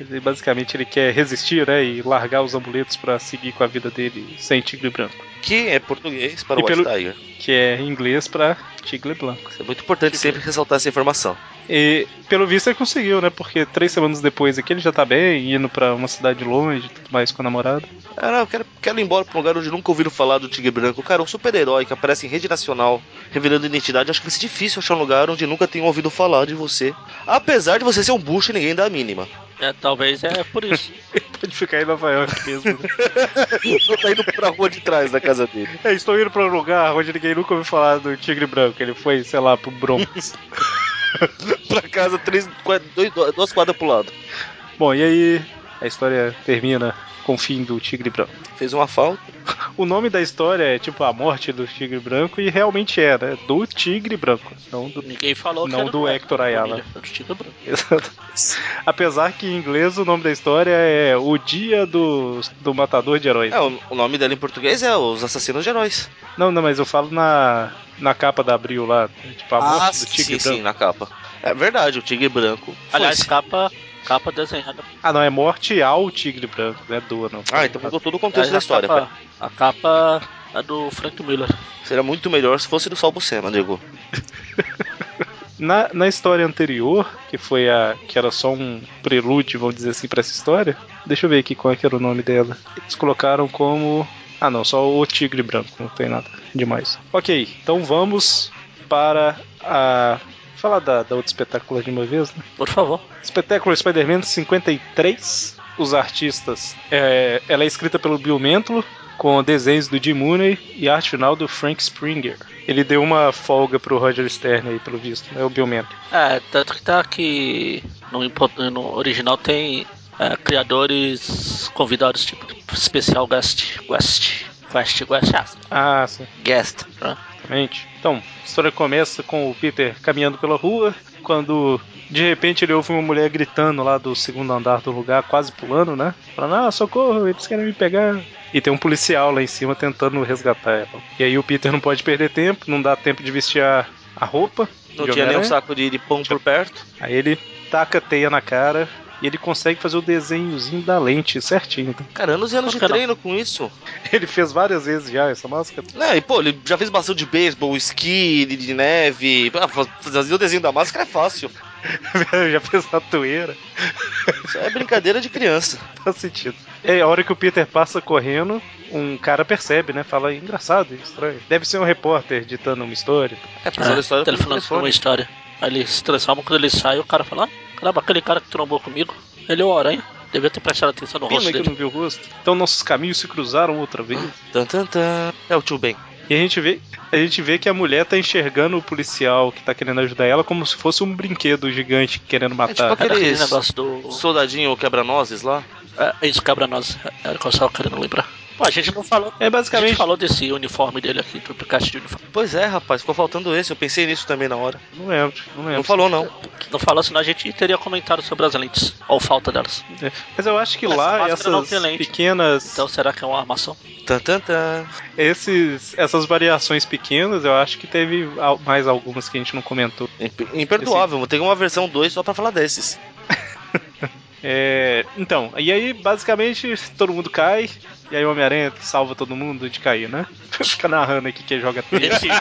Speaker 1: Ele, basicamente ele quer resistir, né, e largar os amuletos pra seguir com a vida dele sem Tigre Branco,
Speaker 3: Que é português para
Speaker 1: E
Speaker 3: o White
Speaker 1: pelo-
Speaker 3: Tiger.
Speaker 1: que é em inglês pra Tigre Branco.
Speaker 3: É muito importante sempre ressaltar essa informação.
Speaker 1: E pelo visto ele conseguiu, né, porque três semanas depois aqui ele já tá bem, indo pra uma cidade longe, e tudo mais com a namorada.
Speaker 3: Ah, não, eu quero, quero ir embora pra um lugar onde nunca ouviram falar do Tigre Branco. Cara, um super-herói que aparece em rede nacional, revelando identidade. Acho que vai ser difícil achar um lugar onde nunca tenham ouvido falar de você. Apesar de você ser um bucho e ninguém dá a [LAUGHS] mínima.
Speaker 2: É, talvez é por
Speaker 1: [LAUGHS]
Speaker 2: isso.
Speaker 1: Pode ficar em Nova York mesmo. [LAUGHS] né?
Speaker 3: Só tá indo pra rua de trás da casa dele.
Speaker 1: é, estou indo pra um lugar onde ninguém nunca ouviu falar do Tigre Branco. Ele foi, sei lá, pro
Speaker 3: [LAUGHS]
Speaker 1: Bronx.
Speaker 3: [LAUGHS] Pra casa, três, quatro, dois, duas quadras pro lado.
Speaker 1: Bom, e aí a história termina com o fim do Tigre Branco.
Speaker 3: Fez uma falta.
Speaker 1: O nome da história é tipo a morte do Tigre Branco e realmente é, né? Do Tigre Branco. Não do...
Speaker 2: Ninguém falou que
Speaker 1: Não
Speaker 2: era
Speaker 1: do
Speaker 2: branco,
Speaker 1: Hector
Speaker 2: da
Speaker 1: Ayala.
Speaker 2: família, do Tigre Branco.
Speaker 1: [LAUGHS] Apesar que em inglês o nome da história é O Dia do, do Matador de Heróis.
Speaker 3: É, o, o nome dela em português é Os Assassinos de Heróis.
Speaker 1: Não, não, mas eu falo na, na capa da Abril lá. né,
Speaker 3: Ah,
Speaker 1: Tipo, a morte do Tigre
Speaker 3: sim,
Speaker 1: Branco.
Speaker 3: sim, na capa. É verdade, o Tigre Branco.
Speaker 2: Aliás,
Speaker 3: Foi-se.
Speaker 2: capa, capa desenhada.
Speaker 1: Ah, não, é morte ao Tigre Branco, não é do, não.
Speaker 3: Ah, então mudou todo o
Speaker 2: Aliás,
Speaker 3: contexto
Speaker 2: a
Speaker 3: da história.
Speaker 2: Capa, a capa é do Frank Miller.
Speaker 3: Seria muito melhor se fosse do Sal Buscema, Diego.
Speaker 1: Na, na história anterior, que foi a. que era só um prelúdio, vamos dizer assim, pra essa história, deixa eu ver aqui qual é que era o nome dela. Eles colocaram como. Ah não, só o Tigre Branco, não tem nada demais. Ok, então vamos para a. Falar da, da outra espetácula de uma vez, né?
Speaker 2: Por favor.
Speaker 1: Espetáculo Spider-Man 53. Os artistas. é, ela é escrita pelo Bill Mantlo, com desenhos do Jim Mooney e arte final do Frank Springer. Ele deu uma folga pro Roger Stern aí, pelo visto, né? O Bill Mantlo.
Speaker 2: É, tanto que tá aqui no, impo- no original tem é, criadores convidados, tipo, especial guest, guest, guest, guest,
Speaker 1: Ah, sim.
Speaker 2: guest, né?
Speaker 1: Exatamente. Então, a história começa com o Peter caminhando pela rua, quando de repente ele ouve uma mulher gritando lá do segundo andar do lugar, quase pulando, né? Falando, ah, socorro, eles querem me pegar. E tem um policial lá em cima tentando resgatar ela. E aí o Peter não pode perder tempo, não dá tempo de vestir a, a roupa.
Speaker 3: Não
Speaker 1: de
Speaker 3: tinha nem um
Speaker 1: Homem-Aranha.
Speaker 3: saco de, de pão por perto.
Speaker 1: Aí ele taca a teia na cara e ele consegue fazer o desenhozinho da lente certinho. [LAUGHS]
Speaker 3: Cara, anos e anos de
Speaker 2: Por que não?
Speaker 3: treino com isso.
Speaker 1: Ele fez várias vezes já essa máscara. [LAUGHS]
Speaker 3: Não, e pô, ele já fez bastante de beisebol, esqui, de, de neve. Ah, fa- Fazer o desenho da máscara é fácil.
Speaker 1: já fez tatueira.
Speaker 3: Isso é brincadeira de criança.
Speaker 1: [LAUGHS] Faz sentido. É a hora que o Peter passa correndo, um cara percebe, né? Fala, engraçado, estranho. Deve ser um repórter ditando uma história.
Speaker 3: É, passando a história pelo
Speaker 2: telefonando por uma
Speaker 3: telefone.
Speaker 2: história. Aí ele se transforma, quando ele sai, o cara fala, ah, caramba, aquele cara que trombou comigo, ele é o Aranha. Devia ter prestado atenção no rosto
Speaker 1: Pena que eu
Speaker 2: dele.
Speaker 1: não vi o rosto. Então nossos caminhos se cruzaram outra vez.
Speaker 3: Tan, tan, tan. É o tio Ben.
Speaker 1: E a gente vê, a gente vê que a mulher tá enxergando o policial que tá querendo ajudar ela como se fosse um brinquedo gigante querendo matar.
Speaker 3: tipo
Speaker 2: Era É, aquele
Speaker 3: Aqueles-
Speaker 2: negócio do...
Speaker 3: Soldadinho quebra-nozes lá.
Speaker 2: É, isso, cabra nós. Era o que eu estava querendo lembrar. Pô, a gente não falou...
Speaker 1: É
Speaker 2: A gente
Speaker 1: basicamente.
Speaker 2: falou desse uniforme dele aqui, do Pikachu de uniforme.
Speaker 3: Pois é, rapaz, ficou faltando esse. Eu pensei nisso também na hora.
Speaker 1: Não lembro, não lembro.
Speaker 3: Não falou, não.
Speaker 2: Não falou, senão a gente teria comentado sobre as lentes, ou falta delas.
Speaker 1: É, Mas eu acho que
Speaker 2: Essa
Speaker 1: lá
Speaker 2: máscara não
Speaker 1: essas
Speaker 2: tem lente.
Speaker 1: pequenas.
Speaker 2: Então será que é
Speaker 1: [LAUGHS]
Speaker 2: uma armação?
Speaker 3: Tan, tan, tan.
Speaker 1: Esses, essas variações pequenas, eu acho que teve al- mais algumas que a gente não comentou.
Speaker 3: Imp- Imperdoável, tem uma versão 2 só pra falar desses.
Speaker 1: É, então, e aí basicamente todo mundo cai, e aí o Homem-Aranha salva todo mundo de cair, né? [LAUGHS] Fica narrando aqui que joga teia.
Speaker 2: Decide,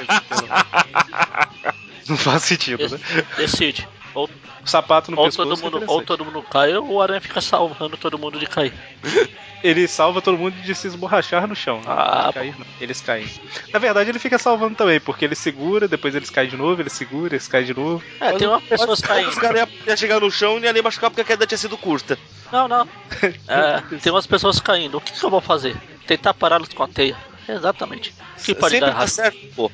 Speaker 1: Não faz sentido, né?
Speaker 2: decide. Ou,
Speaker 1: O sapato no
Speaker 2: ou
Speaker 1: pescoço.
Speaker 2: todo
Speaker 1: é
Speaker 2: mundo, ou
Speaker 1: interessante.
Speaker 2: todo mundo cai, ou o Aranha fica salvando todo mundo de cair.
Speaker 1: Ele salva todo mundo de se esborrachar no chão. né?
Speaker 2: Ah,
Speaker 1: De cair, não. Eles caem. Na verdade, ele fica salvando também, porque ele segura, depois eles caem de novo, ele segura, eles caem de novo.
Speaker 2: É, tem umas pessoas caindo.
Speaker 3: Os caras iam ia chegar no chão e iam nem machucar porque a queda tinha sido curta.
Speaker 1: [LAUGHS]
Speaker 2: Não, não. É, tem umas pessoas caindo. O que, que eu vou fazer? Tentar pará-los com a teia. Exatamente. O que pode
Speaker 3: Sempre
Speaker 2: dar
Speaker 3: tá
Speaker 2: errado?
Speaker 3: certo, pô.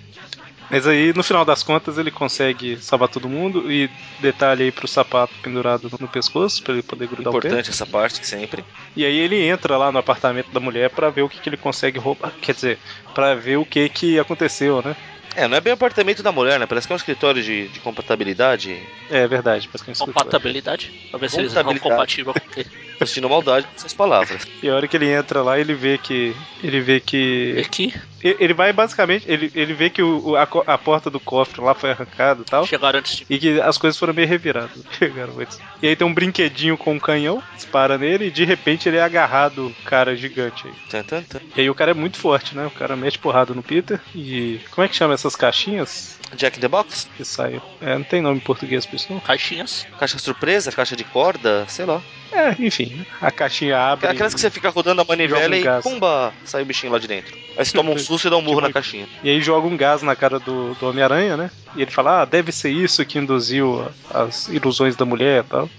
Speaker 1: Mas aí, no final das contas, ele consegue salvar todo mundo e detalhe aí pro sapato pendurado no pescoço, pra ele poder grudar o pé.
Speaker 3: Importante essa parte, sempre.
Speaker 1: E aí ele entra lá no apartamento da mulher pra ver o que, que ele consegue roubar, quer dizer, pra ver o que que aconteceu, né?
Speaker 3: É, não é bem apartamento da mulher, né? Parece que é um escritório de, de compatibilidade.
Speaker 1: É verdade, parece que é um escritório.
Speaker 2: Compatibilidade? Pra ver se eles são
Speaker 3: Compatibilidade.
Speaker 2: compatíveis com
Speaker 1: [LAUGHS]
Speaker 2: o quê?
Speaker 3: Tô sentindo maldade com essas palavras.
Speaker 1: E a hora que ele entra lá, ele vê que ele vê
Speaker 2: E
Speaker 1: que
Speaker 2: que
Speaker 1: e- ele vai basicamente, ele, ele vê que o, o- a, co- a porta do cofre lá foi arrancada e tal.
Speaker 2: chegaram antes de
Speaker 1: E que as coisas foram meio reviradas. [LAUGHS] Chegaram antes. E aí tem um brinquedinho com um canhão, dispara nele e de repente ele é agarrado, cara gigante aí.
Speaker 3: Tan, tan, tan.
Speaker 1: E aí o cara é muito forte, né? O cara mete porrada no Peter. E. Como é que chama essas caixinhas
Speaker 3: Jack in the Box?
Speaker 1: que saiu? É, não tem nome em português pra isso, não?
Speaker 2: caixinhas.
Speaker 3: Caixa surpresa? Caixa de corda? Sei lá. É
Speaker 1: É, enfim, a caixinha abre.
Speaker 3: Aquelas que você fica rodando a
Speaker 1: Joga um
Speaker 3: manivela e
Speaker 1: gás.
Speaker 3: pumba! Sai o bichinho lá de dentro. Aí
Speaker 1: [LAUGHS]
Speaker 3: você toma um susto e dá um burro na caixinha.
Speaker 1: E aí joga um gás na cara do, do Homem-Aranha, né? E ele fala, ah, deve ser isso que induziu a- as ilusões da mulher e tal.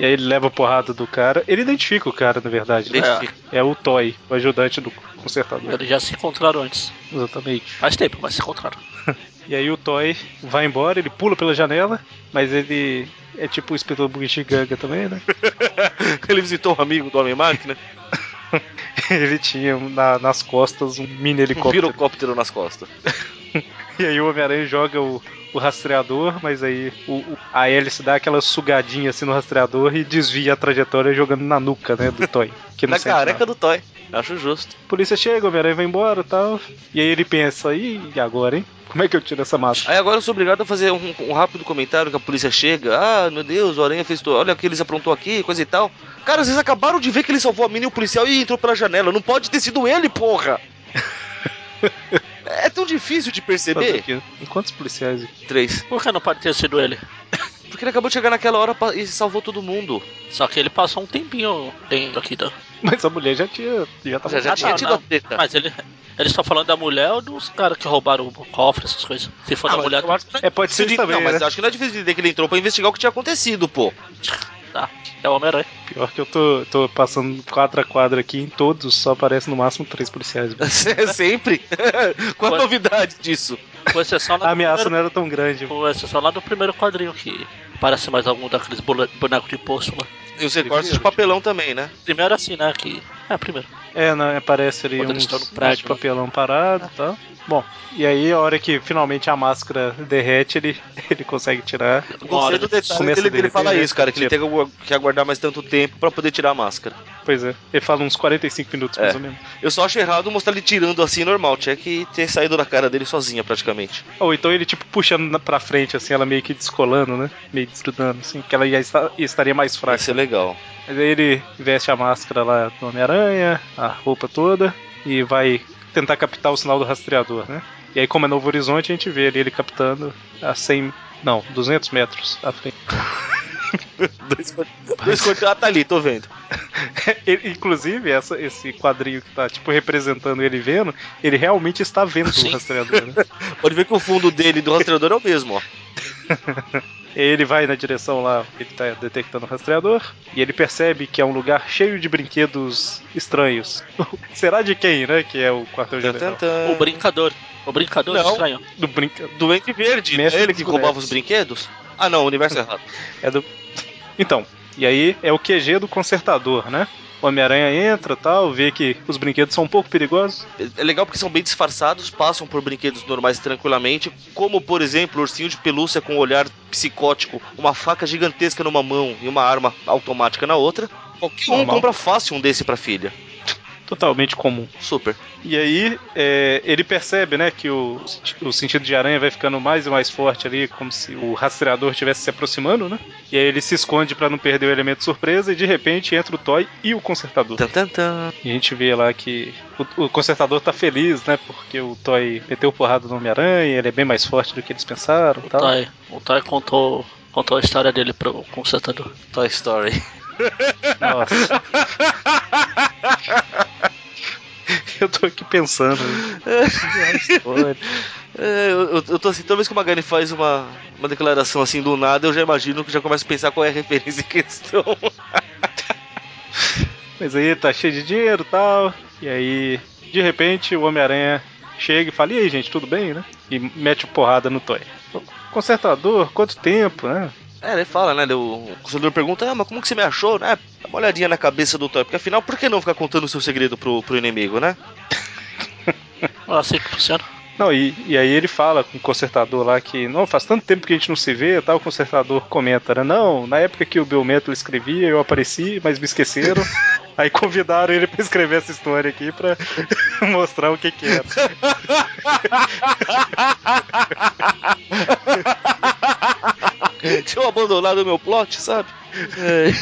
Speaker 1: E aí ele leva a porrada do cara. Ele identifica o cara, na verdade. Né?
Speaker 3: Identifica.
Speaker 1: É o Toy, o ajudante do consertador.
Speaker 2: Eles já se encontraram antes.
Speaker 1: Exatamente.
Speaker 2: Faz tempo, mas se encontraram.
Speaker 1: E aí o Toy vai embora, ele pula pela janela, mas ele é tipo o inspetor Bugiganga também, né? [LAUGHS]
Speaker 3: [LAUGHS] Ele visitou um amigo do um Homem-Máquina,
Speaker 1: ele tinha na- nas costas um mini
Speaker 3: vira
Speaker 1: helicóptero.
Speaker 3: o cóptero nas costas.
Speaker 1: E aí o Homem-Aranha joga o, o rastreador, mas aí o, o- a hélice dá aquela sugadinha assim no rastreador e desvia a trajetória jogando na nuca, né, do Toy. Que não
Speaker 3: na
Speaker 1: sente
Speaker 3: careca
Speaker 1: nada.
Speaker 3: do Toy. Acho justo.
Speaker 1: A polícia chega, o Homem-Aranha vai embora e tal. E aí ele pensa, e agora, hein? Como é que eu tiro essa máscara?
Speaker 3: Aí agora eu sou obrigado a fazer um, um rápido comentário que a polícia chega. Ah, meu Deus, o Aranha fez. to- Olha o que eles aprontou aqui, coisa e tal. Cara, vocês acabaram de ver [LAUGHS] que ele salvou a menina e o policial e entrou pela janela. Não pode ter sido ele, porra! É tão difícil de perceber.
Speaker 1: Fazer o quê? Tem Quantos policiais aqui?
Speaker 3: Três.
Speaker 2: Por que não pode ter sido ele?
Speaker 3: Porque ele acabou de chegar naquela hora pa- e salvou todo mundo.
Speaker 2: Só que ele passou um tempinho dentro aqui tá? da.
Speaker 1: Mas a mulher já tinha. Já tava
Speaker 3: Já, já
Speaker 2: Ah,
Speaker 3: tinha
Speaker 2: não,
Speaker 3: tido
Speaker 2: não.
Speaker 3: a treta.
Speaker 2: Mas ele. Eles estão falando da mulher ou dos caras que roubaram o cofre, essas coisas. Se for
Speaker 3: Ah,
Speaker 2: da
Speaker 3: mas
Speaker 2: mulher,
Speaker 3: eu acho que não
Speaker 1: É, pode ser
Speaker 3: difícil de-
Speaker 1: isso também,
Speaker 3: Não, mas
Speaker 1: né?
Speaker 3: eu acho que não é difícil de entender que ele entrou pra investigar o que tinha acontecido, pô.
Speaker 2: tá. É o Homem-Aranha.
Speaker 1: Pior que eu tô, tô passando quadra a quadra aqui em todos, só aparece no máximo três policiais. velho.
Speaker 3: [LAUGHS] Sempre. [LAUGHS] Qual a
Speaker 2: Pode-
Speaker 3: novidade disso?
Speaker 1: [LAUGHS]
Speaker 2: Com exceção lá
Speaker 1: A
Speaker 2: do
Speaker 1: ameaça
Speaker 2: primeiro,
Speaker 1: não era tão grande.
Speaker 2: Com exceção lá do primeiro quadrinho que parece mais algum daqueles bule- bonecos de poço lá.
Speaker 3: E os recortes de papelão também, né?
Speaker 2: Primeiro assim, né? Que... É, primeiro.
Speaker 1: É, não, aparece ali uns,
Speaker 2: Quando eles estão no prédio,
Speaker 1: uns papelão parado e tal. Bom, e aí a hora que finalmente a máscara derrete, ele, [LAUGHS] ele consegue tirar.
Speaker 3: Gostei do detalhe
Speaker 1: Começa
Speaker 3: que ele, que ele
Speaker 1: dele,
Speaker 3: fala
Speaker 1: né?
Speaker 3: isso, cara, que ele tem que agu- que aguardar mais tanto tempo pra poder tirar a máscara.
Speaker 1: Pois é, ele fala uns 45 minutos mais
Speaker 3: É.
Speaker 1: ou menos.
Speaker 3: Eu só acho errado mostrar ele tirando assim normal, tinha que ter saído da cara dele sozinha praticamente.
Speaker 1: Ou então ele, tipo, puxando na- pra frente, assim, ela meio que descolando, né? Meio desgrudando, assim, que ela já está- estaria mais
Speaker 3: Vai
Speaker 1: fraca.
Speaker 3: ser legal.
Speaker 1: Mas aí ele veste a máscara lá do Homem-Aranha, a roupa toda, e vai tentar captar o sinal do rastreador, né? E aí, como é Novo Horizonte, a gente vê ali ele captando a 100. Não, 200 metros à frente.
Speaker 3: [LAUGHS] Dois co- Dois cortes. Ah, tá ali, tô vendo.
Speaker 1: [LAUGHS] Ele- inclusive, essa- esse quadrinho que tá, tipo, representando ele vendo, ele realmente está vendo
Speaker 2: Sim.
Speaker 1: o rastreador, né?
Speaker 3: Pode ver que o fundo dele do rastreador é o mesmo, ó.
Speaker 1: Ele vai na direção lá, ele tá detectando o rastreador, e ele percebe que é um lugar cheio de brinquedos estranhos. [LAUGHS] Será de quem, né? Que é o quartel general.
Speaker 3: Tantantã.
Speaker 2: O brincador. O brincador
Speaker 3: É. Não.
Speaker 2: estranho.
Speaker 1: Do brinca...
Speaker 3: Doente Verde,
Speaker 1: Mestre
Speaker 3: é ele
Speaker 1: dos
Speaker 3: que roubava
Speaker 1: bonecos.
Speaker 3: os brinquedos? Ah não, o universo errado.
Speaker 1: É do... Então, e aí é o QG do consertador, né? O Homem-Aranha entra tal, vê que os brinquedos são um pouco perigosos.
Speaker 3: É legal porque são bem disfarçados, passam por brinquedos normais tranquilamente, como por exemplo, ursinho de pelúcia com um olhar psicótico, uma faca gigantesca numa mão e uma arma automática na outra. Qualquer um
Speaker 1: Normal.
Speaker 3: compra fácil um desse pra filha.
Speaker 1: Totalmente comum.
Speaker 3: Super.
Speaker 1: E aí é, ele percebe, né, que o, o sentido de aranha vai ficando mais e mais forte ali, como se o rastreador estivesse se aproximando, né? E aí ele se esconde pra não perder o elemento surpresa e de repente entra o Toy e o consertador.
Speaker 3: Tan, tan, tan.
Speaker 1: E a gente vê lá que o, o consertador tá feliz, né? Porque o Toy meteu porrada no Homem-Aranha, ele é bem mais forte do que eles pensaram e
Speaker 2: O
Speaker 1: tal.
Speaker 2: Toy, Tá o Toy contou, contou a história dele pro consertador.
Speaker 3: Toy Story.
Speaker 1: Nossa. [LAUGHS] Eu tô aqui pensando. né? Olha,
Speaker 3: [LAUGHS] É, eu, eu- eu tô assim, toda vez que o Magani faz uma, uma declaração assim do nada, eu já imagino que já começo a pensar qual é a [LAUGHS] referência em questão.
Speaker 1: Mas aí tá cheio de dinheiro e tal. E aí, de repente, o Homem-Aranha chega e fala: E aí, gente, tudo bem, né? E mete porrada no Toy. Consertador, quanto tempo, né?
Speaker 3: É, ele fala, né? O consultor pergunta, ah, mas como que você me achou? né? dá uma olhadinha na cabeça do Toy, porque afinal, por que não ficar contando o seu segredo pro, pro inimigo, né?
Speaker 2: É assim que funciona.
Speaker 1: Não, e, e aí ele fala com o consertador lá que não faz tanto tempo que a gente não se vê, e tal. O consertador comenta, né? Não, na época que o Bill Metal escrevia, eu apareci, mas me esqueceram. aí convidaram ele pra escrever essa história aqui pra [LAUGHS] mostrar o que que era.
Speaker 3: [LAUGHS] Tinham abandonado o meu plot, sabe?
Speaker 1: Aí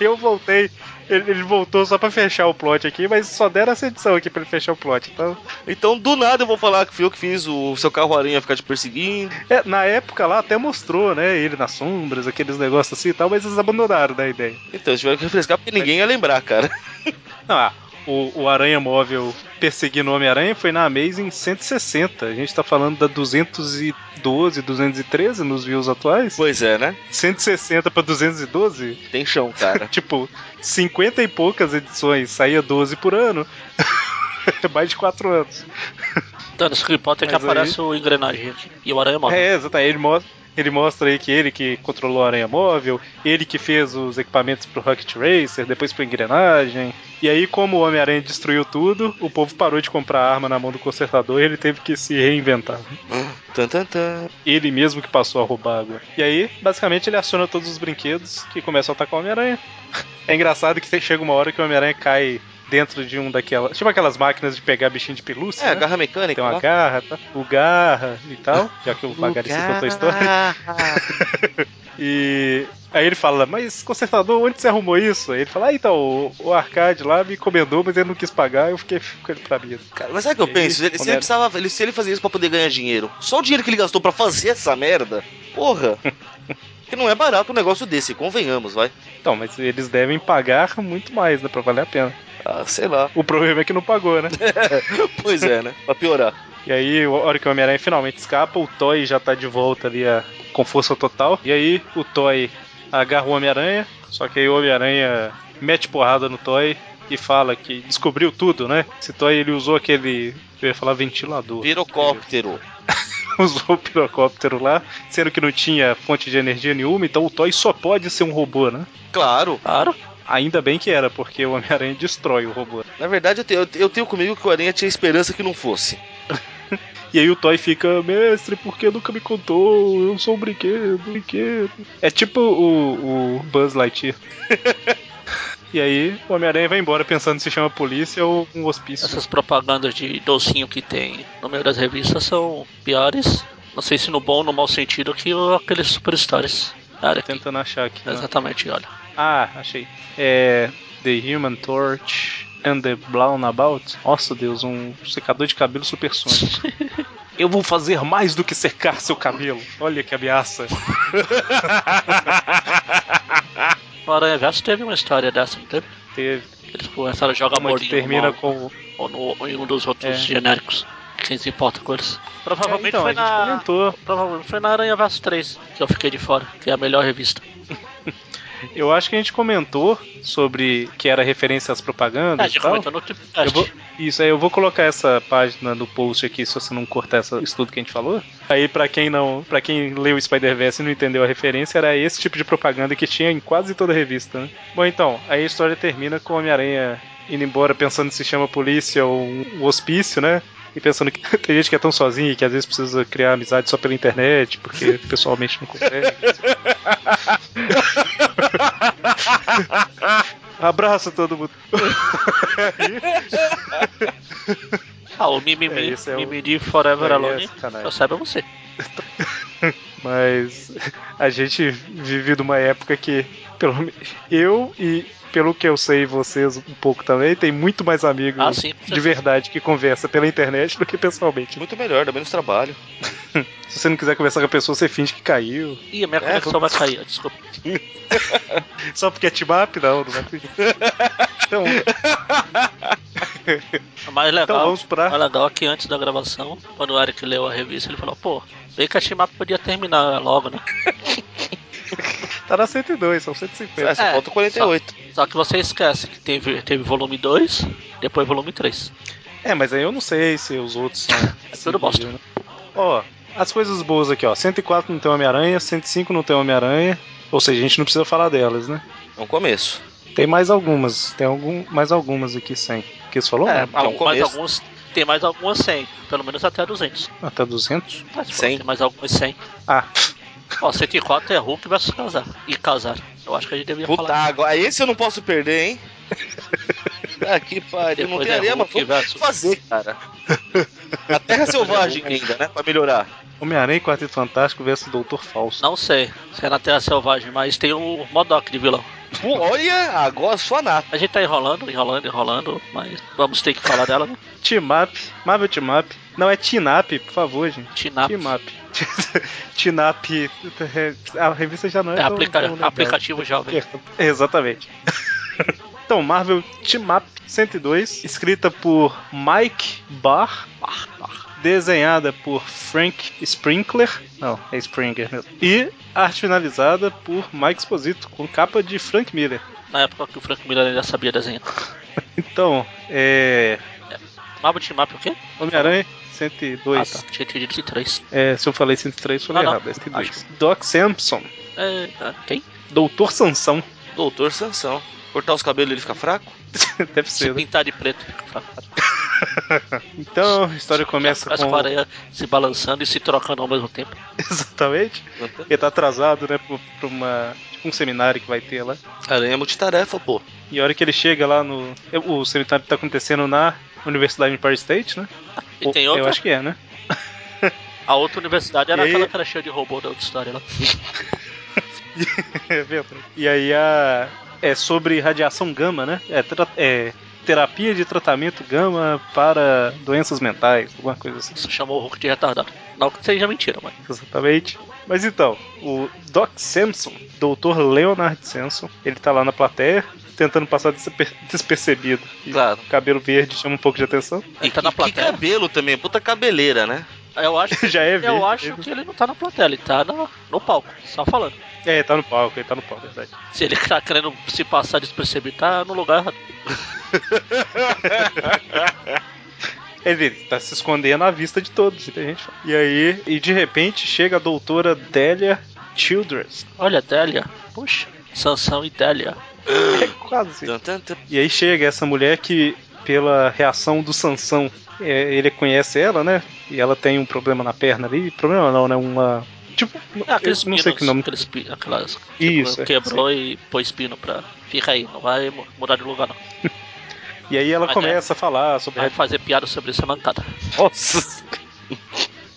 Speaker 1: [LAUGHS] eu voltei, ele, ele voltou só pra fechar o plot aqui, mas só deram essa edição aqui pra ele fechar o plot. Então,
Speaker 3: Então, do nada, eu vou falar que fui eu que fiz o seu carro aranha ficar te perseguindo.
Speaker 1: é, na época lá até mostrou, né? Ele nas sombras, aqueles negócios assim e tal, mas eles abandonaram da ideia.
Speaker 3: Então, eles tiveram que refrescar porque ninguém ia lembrar, cara. [LAUGHS]
Speaker 1: Ah, o, o Aranha Móvel perseguindo o Homem-Aranha foi na Amazing 160. A gente tá falando da 212, 213 nos views atuais.
Speaker 3: Pois é, né?
Speaker 1: 160 pra 212?
Speaker 3: Tem chão, cara.
Speaker 1: [LAUGHS] Tipo, 50 e poucas edições, saía 12 por ano. [LAUGHS] Mais de 4 anos.
Speaker 2: Então, nesse Harry Potter que
Speaker 1: Mas aí-
Speaker 2: aparece o engrenagem aqui. E o aranha morre.
Speaker 1: É, exatamente. Ele mostra, ele mostra aí que ele que controlou a aranha móvel, ele que fez os equipamentos pro Rocket Racer, depois pro engrenagem. E aí, como o Homem-Aranha destruiu tudo, o povo parou de comprar a arma na mão do consertador e ele teve que se reinventar.
Speaker 3: tan, tan, tan.
Speaker 1: Ele mesmo que passou a roubar água. E aí, basicamente, ele aciona todos os brinquedos que começam a atacar o Homem-Aranha. [LAUGHS] É engraçado que tem- chega uma hora que o Homem-Aranha cai dentro de um daquelas. Tipo aquelas máquinas de pegar bichinho de pelúcia.
Speaker 3: É, a
Speaker 1: né?
Speaker 3: garra mecânica.
Speaker 1: Tem uma
Speaker 3: lá.
Speaker 1: garra, tá? o garra e tal, já que o Magari citou a história.
Speaker 3: Lugar.
Speaker 1: E aí ele fala, mas consertador, onde você arrumou isso? Aí ele fala, ah, então, o, o arcade lá me encomendou, mas ele não quis pagar, eu fiquei com ele pra mim.
Speaker 3: [LAUGHS] Cara, mas sabe o que
Speaker 1: E
Speaker 3: eu
Speaker 1: aí,
Speaker 3: penso? Ele- se,
Speaker 1: quando
Speaker 3: ele
Speaker 1: era-
Speaker 3: precisava, ele- se ele fazia isso pra poder ganhar dinheiro, só o dinheiro que ele gastou pra fazer essa merda, porra. que não é barato um negócio desse, convenhamos, vai.
Speaker 1: Então, mas eles devem pagar muito mais, né, pra valer a pena.
Speaker 3: Ah, sei lá.
Speaker 1: O problema é que não pagou, né?
Speaker 3: Pois é, né? [LAUGHS] Pra piorar.
Speaker 1: E aí, a hora que o Homem-Aranha finalmente escapa, o Toy já tá de volta ali a- com força total. E aí, o Toy agarra o Homem-Aranha, só que aí o Homem-Aranha mete porrada no Toy e fala que descobriu tudo, né? Esse Toy ele usou aquele. Eu ia falar ventilador.
Speaker 3: Pirocóptero.
Speaker 1: [LAUGHS] usou o pirocóptero lá, sendo que não tinha fonte de energia nenhuma, então o Toy só pode ser um robô, né?
Speaker 3: Claro.
Speaker 2: Claro.
Speaker 1: Ainda bem que era, porque o Homem-Aranha destrói o robô.
Speaker 3: Na verdade, eu tenho, eu tenho- eu tenho comigo que o Aranha tinha esperança que não [LAUGHS] fosse.
Speaker 1: E aí o Toy fica, mestre, por que nunca me contou? Eu sou um brinquedo, brinquedo. É tipo o, o Buzz Lightyear. [LAUGHS] e aí o Homem-Aranha vai embora pensando se chama polícia ou um hospício.
Speaker 2: Essas propagandas de docinho que tem no meio das revistas são piores. Não sei se no bom ou no mau sentido que o- aqueles superstars. Olha aqui.
Speaker 1: Tentando achar aqui. né?
Speaker 2: Exatamente, olha.
Speaker 1: Ah, achei. É. The Human Torch and the Blown About. Nossa Deus, um secador de cabelo supersônico. Eu vou fazer mais do que secar seu cabelo. Olha que ameaça.
Speaker 2: No Aranha Verso teve uma história dessa, não teve?
Speaker 1: Teve
Speaker 2: Eles começaram a jogar
Speaker 1: uma que
Speaker 2: bolinho
Speaker 1: termina
Speaker 2: no-
Speaker 1: com
Speaker 2: ou no- em um dos outros
Speaker 1: É.
Speaker 2: genéricos. Quem se importa com eles?
Speaker 1: É,
Speaker 2: Provavelmente
Speaker 1: então,
Speaker 2: foi
Speaker 1: a gente
Speaker 2: na.
Speaker 1: comentou.
Speaker 2: Provavelmente foi na Aranha Verso 3 que eu fiquei de fora, que é a melhor revista.
Speaker 1: Eu acho que a gente comentou sobre que era referência às
Speaker 2: É, a
Speaker 1: propagandas. e
Speaker 2: gente
Speaker 1: tal.
Speaker 2: comentou no Tripcast.
Speaker 1: Eu vou- isso aí, eu vou colocar essa página no post aqui, se você não cortar esse estudo que a gente falou. Aí, pra quem não, para quem leu o Spider-Verse e não entendeu a referência, era esse tipo de propaganda que tinha em quase toda a revista, né? Bom, então, aí a história termina com o Homem-Aranha indo embora pensando se chama polícia ou um hospício, né? E pensando que [LAUGHS] tem gente que é tão sozinha que às vezes precisa criar amizade só pela internet, porque pessoalmente não consegue. Abraço todo mundo.
Speaker 2: Ah, o Mimimi,
Speaker 1: É, esse é o-
Speaker 2: Mimimi Forever
Speaker 1: É,
Speaker 2: Alone,
Speaker 1: é sacanagem.
Speaker 2: só sabe você.
Speaker 1: Mas [LAUGHS] a gente vive numa época que, pelo me- eu e pelo que eu sei, vocês um pouco também, tem muito mais amigos
Speaker 2: Ah, sim.
Speaker 1: de verdade que conversa pela internet do que pessoalmente.
Speaker 3: Muito melhor, dá menos trabalho.
Speaker 1: Se você não quiser conversar com a pessoa, você finge que caiu.
Speaker 2: Ih, a minha
Speaker 3: É,
Speaker 2: conexão vai cair, desculpa.
Speaker 1: Só porque é team-up, não, não vai fingir. [LAUGHS] Então,
Speaker 2: O É mais legal,
Speaker 1: então vamos
Speaker 2: o
Speaker 1: pra.
Speaker 2: mais legal é que antes da gravação, quando o Eric leu a revista, ele falou, pô, bem que a Shimap podia terminar logo, né?
Speaker 1: Tá na 102, são 150.
Speaker 3: Ah, só
Speaker 2: É,
Speaker 3: falta 48.
Speaker 2: Só que você esquece que teve, teve volume 2, depois volume 3.
Speaker 1: É, mas aí eu não sei se os outros são.
Speaker 2: É tudo bosta.
Speaker 1: né? Ó, as coisas boas aqui, ó. 104 não tem Homem-Aranha, 105 não tem Homem-Aranha. Ou seja, a gente não precisa falar delas, né?
Speaker 3: É um começo.
Speaker 1: Tem mais algumas, tem algum, mais algumas aqui sem. Que eles falou?
Speaker 3: É,
Speaker 1: né?
Speaker 3: é um
Speaker 2: mais
Speaker 3: começo.
Speaker 2: alguns, tem mais algumas 100, pelo menos até 200.
Speaker 1: Até 200?
Speaker 2: Mas, pô,
Speaker 3: 100?
Speaker 2: Tem mais algumas 100.
Speaker 1: Ah,
Speaker 2: Ó, 104 é Hulk versus Casar. E Casar. Eu acho que a gente devia
Speaker 3: Puta,
Speaker 2: falar.
Speaker 3: agora esse eu não posso perder, hein? ah, que pariu, não
Speaker 2: Depois
Speaker 3: tem
Speaker 2: é
Speaker 3: areia, mas
Speaker 2: Hulk
Speaker 3: vamos
Speaker 2: versus-
Speaker 3: fazer, [LAUGHS] cara. A Terra Selvagem ainda, né? Pra melhorar.
Speaker 1: Homem-Aranha e Quarteto Fantástico versus Doutor Falso.
Speaker 2: Não sei se é na Terra Selvagem, mas tem o Modok de vilão.
Speaker 3: Pô, Olha, agora sua nata.
Speaker 2: A gente tá enrolando, enrolando, enrolando, mas vamos ter que falar dela, né?
Speaker 1: Timap, Marvel Timap. Não, é Tinap, por favor, gente.
Speaker 2: Tinap.
Speaker 1: Timap. [LAUGHS] Tinap. A revista já não é,
Speaker 2: É
Speaker 1: tão-
Speaker 2: aplica-
Speaker 1: tão legal.
Speaker 2: aplicativo jovem.
Speaker 1: É, [LAUGHS] Exatamente. Então, Marvel Timap 102, escrita por Mike Barr, desenhada por Frank Sprinkler, não, é Springer mesmo, e arte finalizada por Mike Esposito, com capa de Frank Miller.
Speaker 2: Na época que o Frank Miller ainda sabia desenhar.
Speaker 1: Então, é.
Speaker 2: Marvel Team Up o quê?
Speaker 1: Homem-Aranha
Speaker 2: Ah,
Speaker 1: 102.
Speaker 2: tá. Tinha entendido de três.
Speaker 1: É, se eu falei 103, falei
Speaker 2: Ah, não.
Speaker 1: errado, é 102.
Speaker 2: Acho
Speaker 1: Doc Sampson,
Speaker 2: É, é, quem?
Speaker 1: Doutor Sansão, [LAUGHS]
Speaker 3: Doutor Sansão. Cortar os cabelos ele fica fraco?
Speaker 1: deve
Speaker 2: Se
Speaker 1: ser. né?
Speaker 2: pintar de preto. Tá.
Speaker 1: Então, a história começa
Speaker 2: As
Speaker 1: com.
Speaker 2: aranha se balançando e se trocando ao mesmo tempo.
Speaker 1: [LAUGHS] Exatamente. Ele tá atrasado, né, pro- pra uma, tipo um seminário que vai ter lá.
Speaker 3: Aranha é multitarefa, pô.
Speaker 1: E a hora que ele chega lá no. O seminário tá acontecendo na Universidade de Empire State, né?
Speaker 2: E tem
Speaker 1: Eu
Speaker 2: outra.
Speaker 1: acho que é, né? [LAUGHS]
Speaker 2: A outra universidade era
Speaker 1: E aí-
Speaker 2: aquela que era cheia de robô da outra história lá.
Speaker 1: É verdade. e aí a. É sobre radiação gama, né? É, tra- é terapia de tratamento gama para doenças mentais, alguma coisa assim.
Speaker 2: Você chamou o Hulk de retardado. Não que seja mentira, mas.
Speaker 1: Exatamente. Mas então, o Doc Samson, doutor Leonard Samson, ele tá lá na plateia, tentando passar desper- despercebido. E
Speaker 3: Claro.
Speaker 1: o cabelo verde chama um pouco de atenção. [LAUGHS]
Speaker 2: Ele tá na
Speaker 3: que- Que
Speaker 2: plateia.
Speaker 3: cabelo também, puta cabeleira, né?
Speaker 1: [LAUGHS]
Speaker 2: Eu acho que,
Speaker 1: Já é verde.
Speaker 2: eu acho que ele não tá na plateia, ele tá na- no palco, só falando.
Speaker 1: É, ele tá no palco, ele tá no palco, é verdade.
Speaker 2: Se ele tá querendo se passar despercebido, tá no lugar errado.
Speaker 1: Ele tá se escondendo à vista de todos, muita gente fala. E aí, e de repente chega a doutora Delia Childress.
Speaker 2: Olha, Délia. Puxa, Sansão e Délia.
Speaker 1: É quase.
Speaker 3: Tan, tan, tan.
Speaker 1: E aí chega essa mulher que, pela reação do Sansão, é, ele conhece ela, né? E ela tem um problema na perna ali. Problema não, né? Uma. Tipo,
Speaker 2: Ah,
Speaker 1: eu
Speaker 2: aqueles
Speaker 1: não sei
Speaker 2: pinos,
Speaker 1: que nome.
Speaker 2: Aqueles, pi- aquelas, tipo,
Speaker 1: Isso. é,
Speaker 2: quebrou e pôs pino pra. Fica aí, não vai mu- mudar de lugar, não.
Speaker 1: sim. E aí ela
Speaker 2: Mas
Speaker 1: começa a falar sobre.
Speaker 2: Vai fazer piada sobre essa mancada.
Speaker 1: Nossa!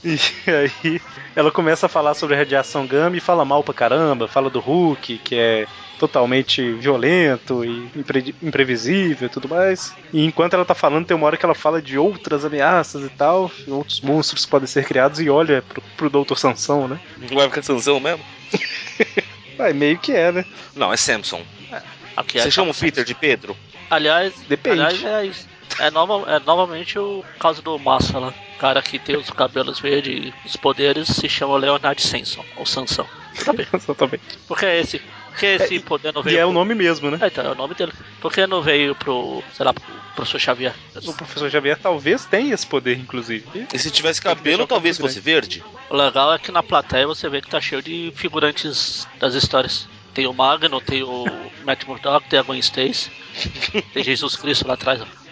Speaker 1: E aí ela começa a falar sobre a radiação gama e fala mal pra caramba, fala do Hulk, que é totalmente violento e impre- imprevisível e tudo mais. E enquanto ela tá falando, tem uma hora que ela fala de outras ameaças e tal, outros monstros que podem ser criados e olha pro, pro Dr. Sansão, né?
Speaker 3: Vai ficar Sansão mesmo?
Speaker 1: Ah, meio que é, né? [LAUGHS]
Speaker 3: Não, é Samson.
Speaker 2: Aqui
Speaker 3: Você
Speaker 2: é-
Speaker 3: chama o Peter de Pedro?
Speaker 2: Aliás,
Speaker 1: Depende.
Speaker 2: aliás é, isso. é, normal, é novamente o caso do Massa lá. O cara que tem os cabelos verdes e os poderes se chama Leonard Samson, ou Sansão.
Speaker 1: Exatamente.
Speaker 2: Porque é esse. Porque esse poder não
Speaker 1: E
Speaker 2: veio.
Speaker 1: é o
Speaker 2: pro-
Speaker 1: nome mesmo, né?
Speaker 2: É, então, é o nome dele. Por que não veio pro, sei lá, pro professor Xavier?
Speaker 1: O professor Xavier talvez tenha esse poder, inclusive.
Speaker 3: E se tivesse
Speaker 1: Deixa
Speaker 2: é
Speaker 1: eu
Speaker 2: um
Speaker 3: cabelo, talvez
Speaker 1: procurar.
Speaker 3: fosse
Speaker 2: [LAUGHS]
Speaker 3: verde?
Speaker 2: O legal é que na plateia você vê que tá cheio de figurantes das histórias. Tem o Magno, tem
Speaker 1: [LAUGHS]
Speaker 2: o Matt Murdock, tem a Gwen Stacy, tem Jesus Cristo lá atrás. ó.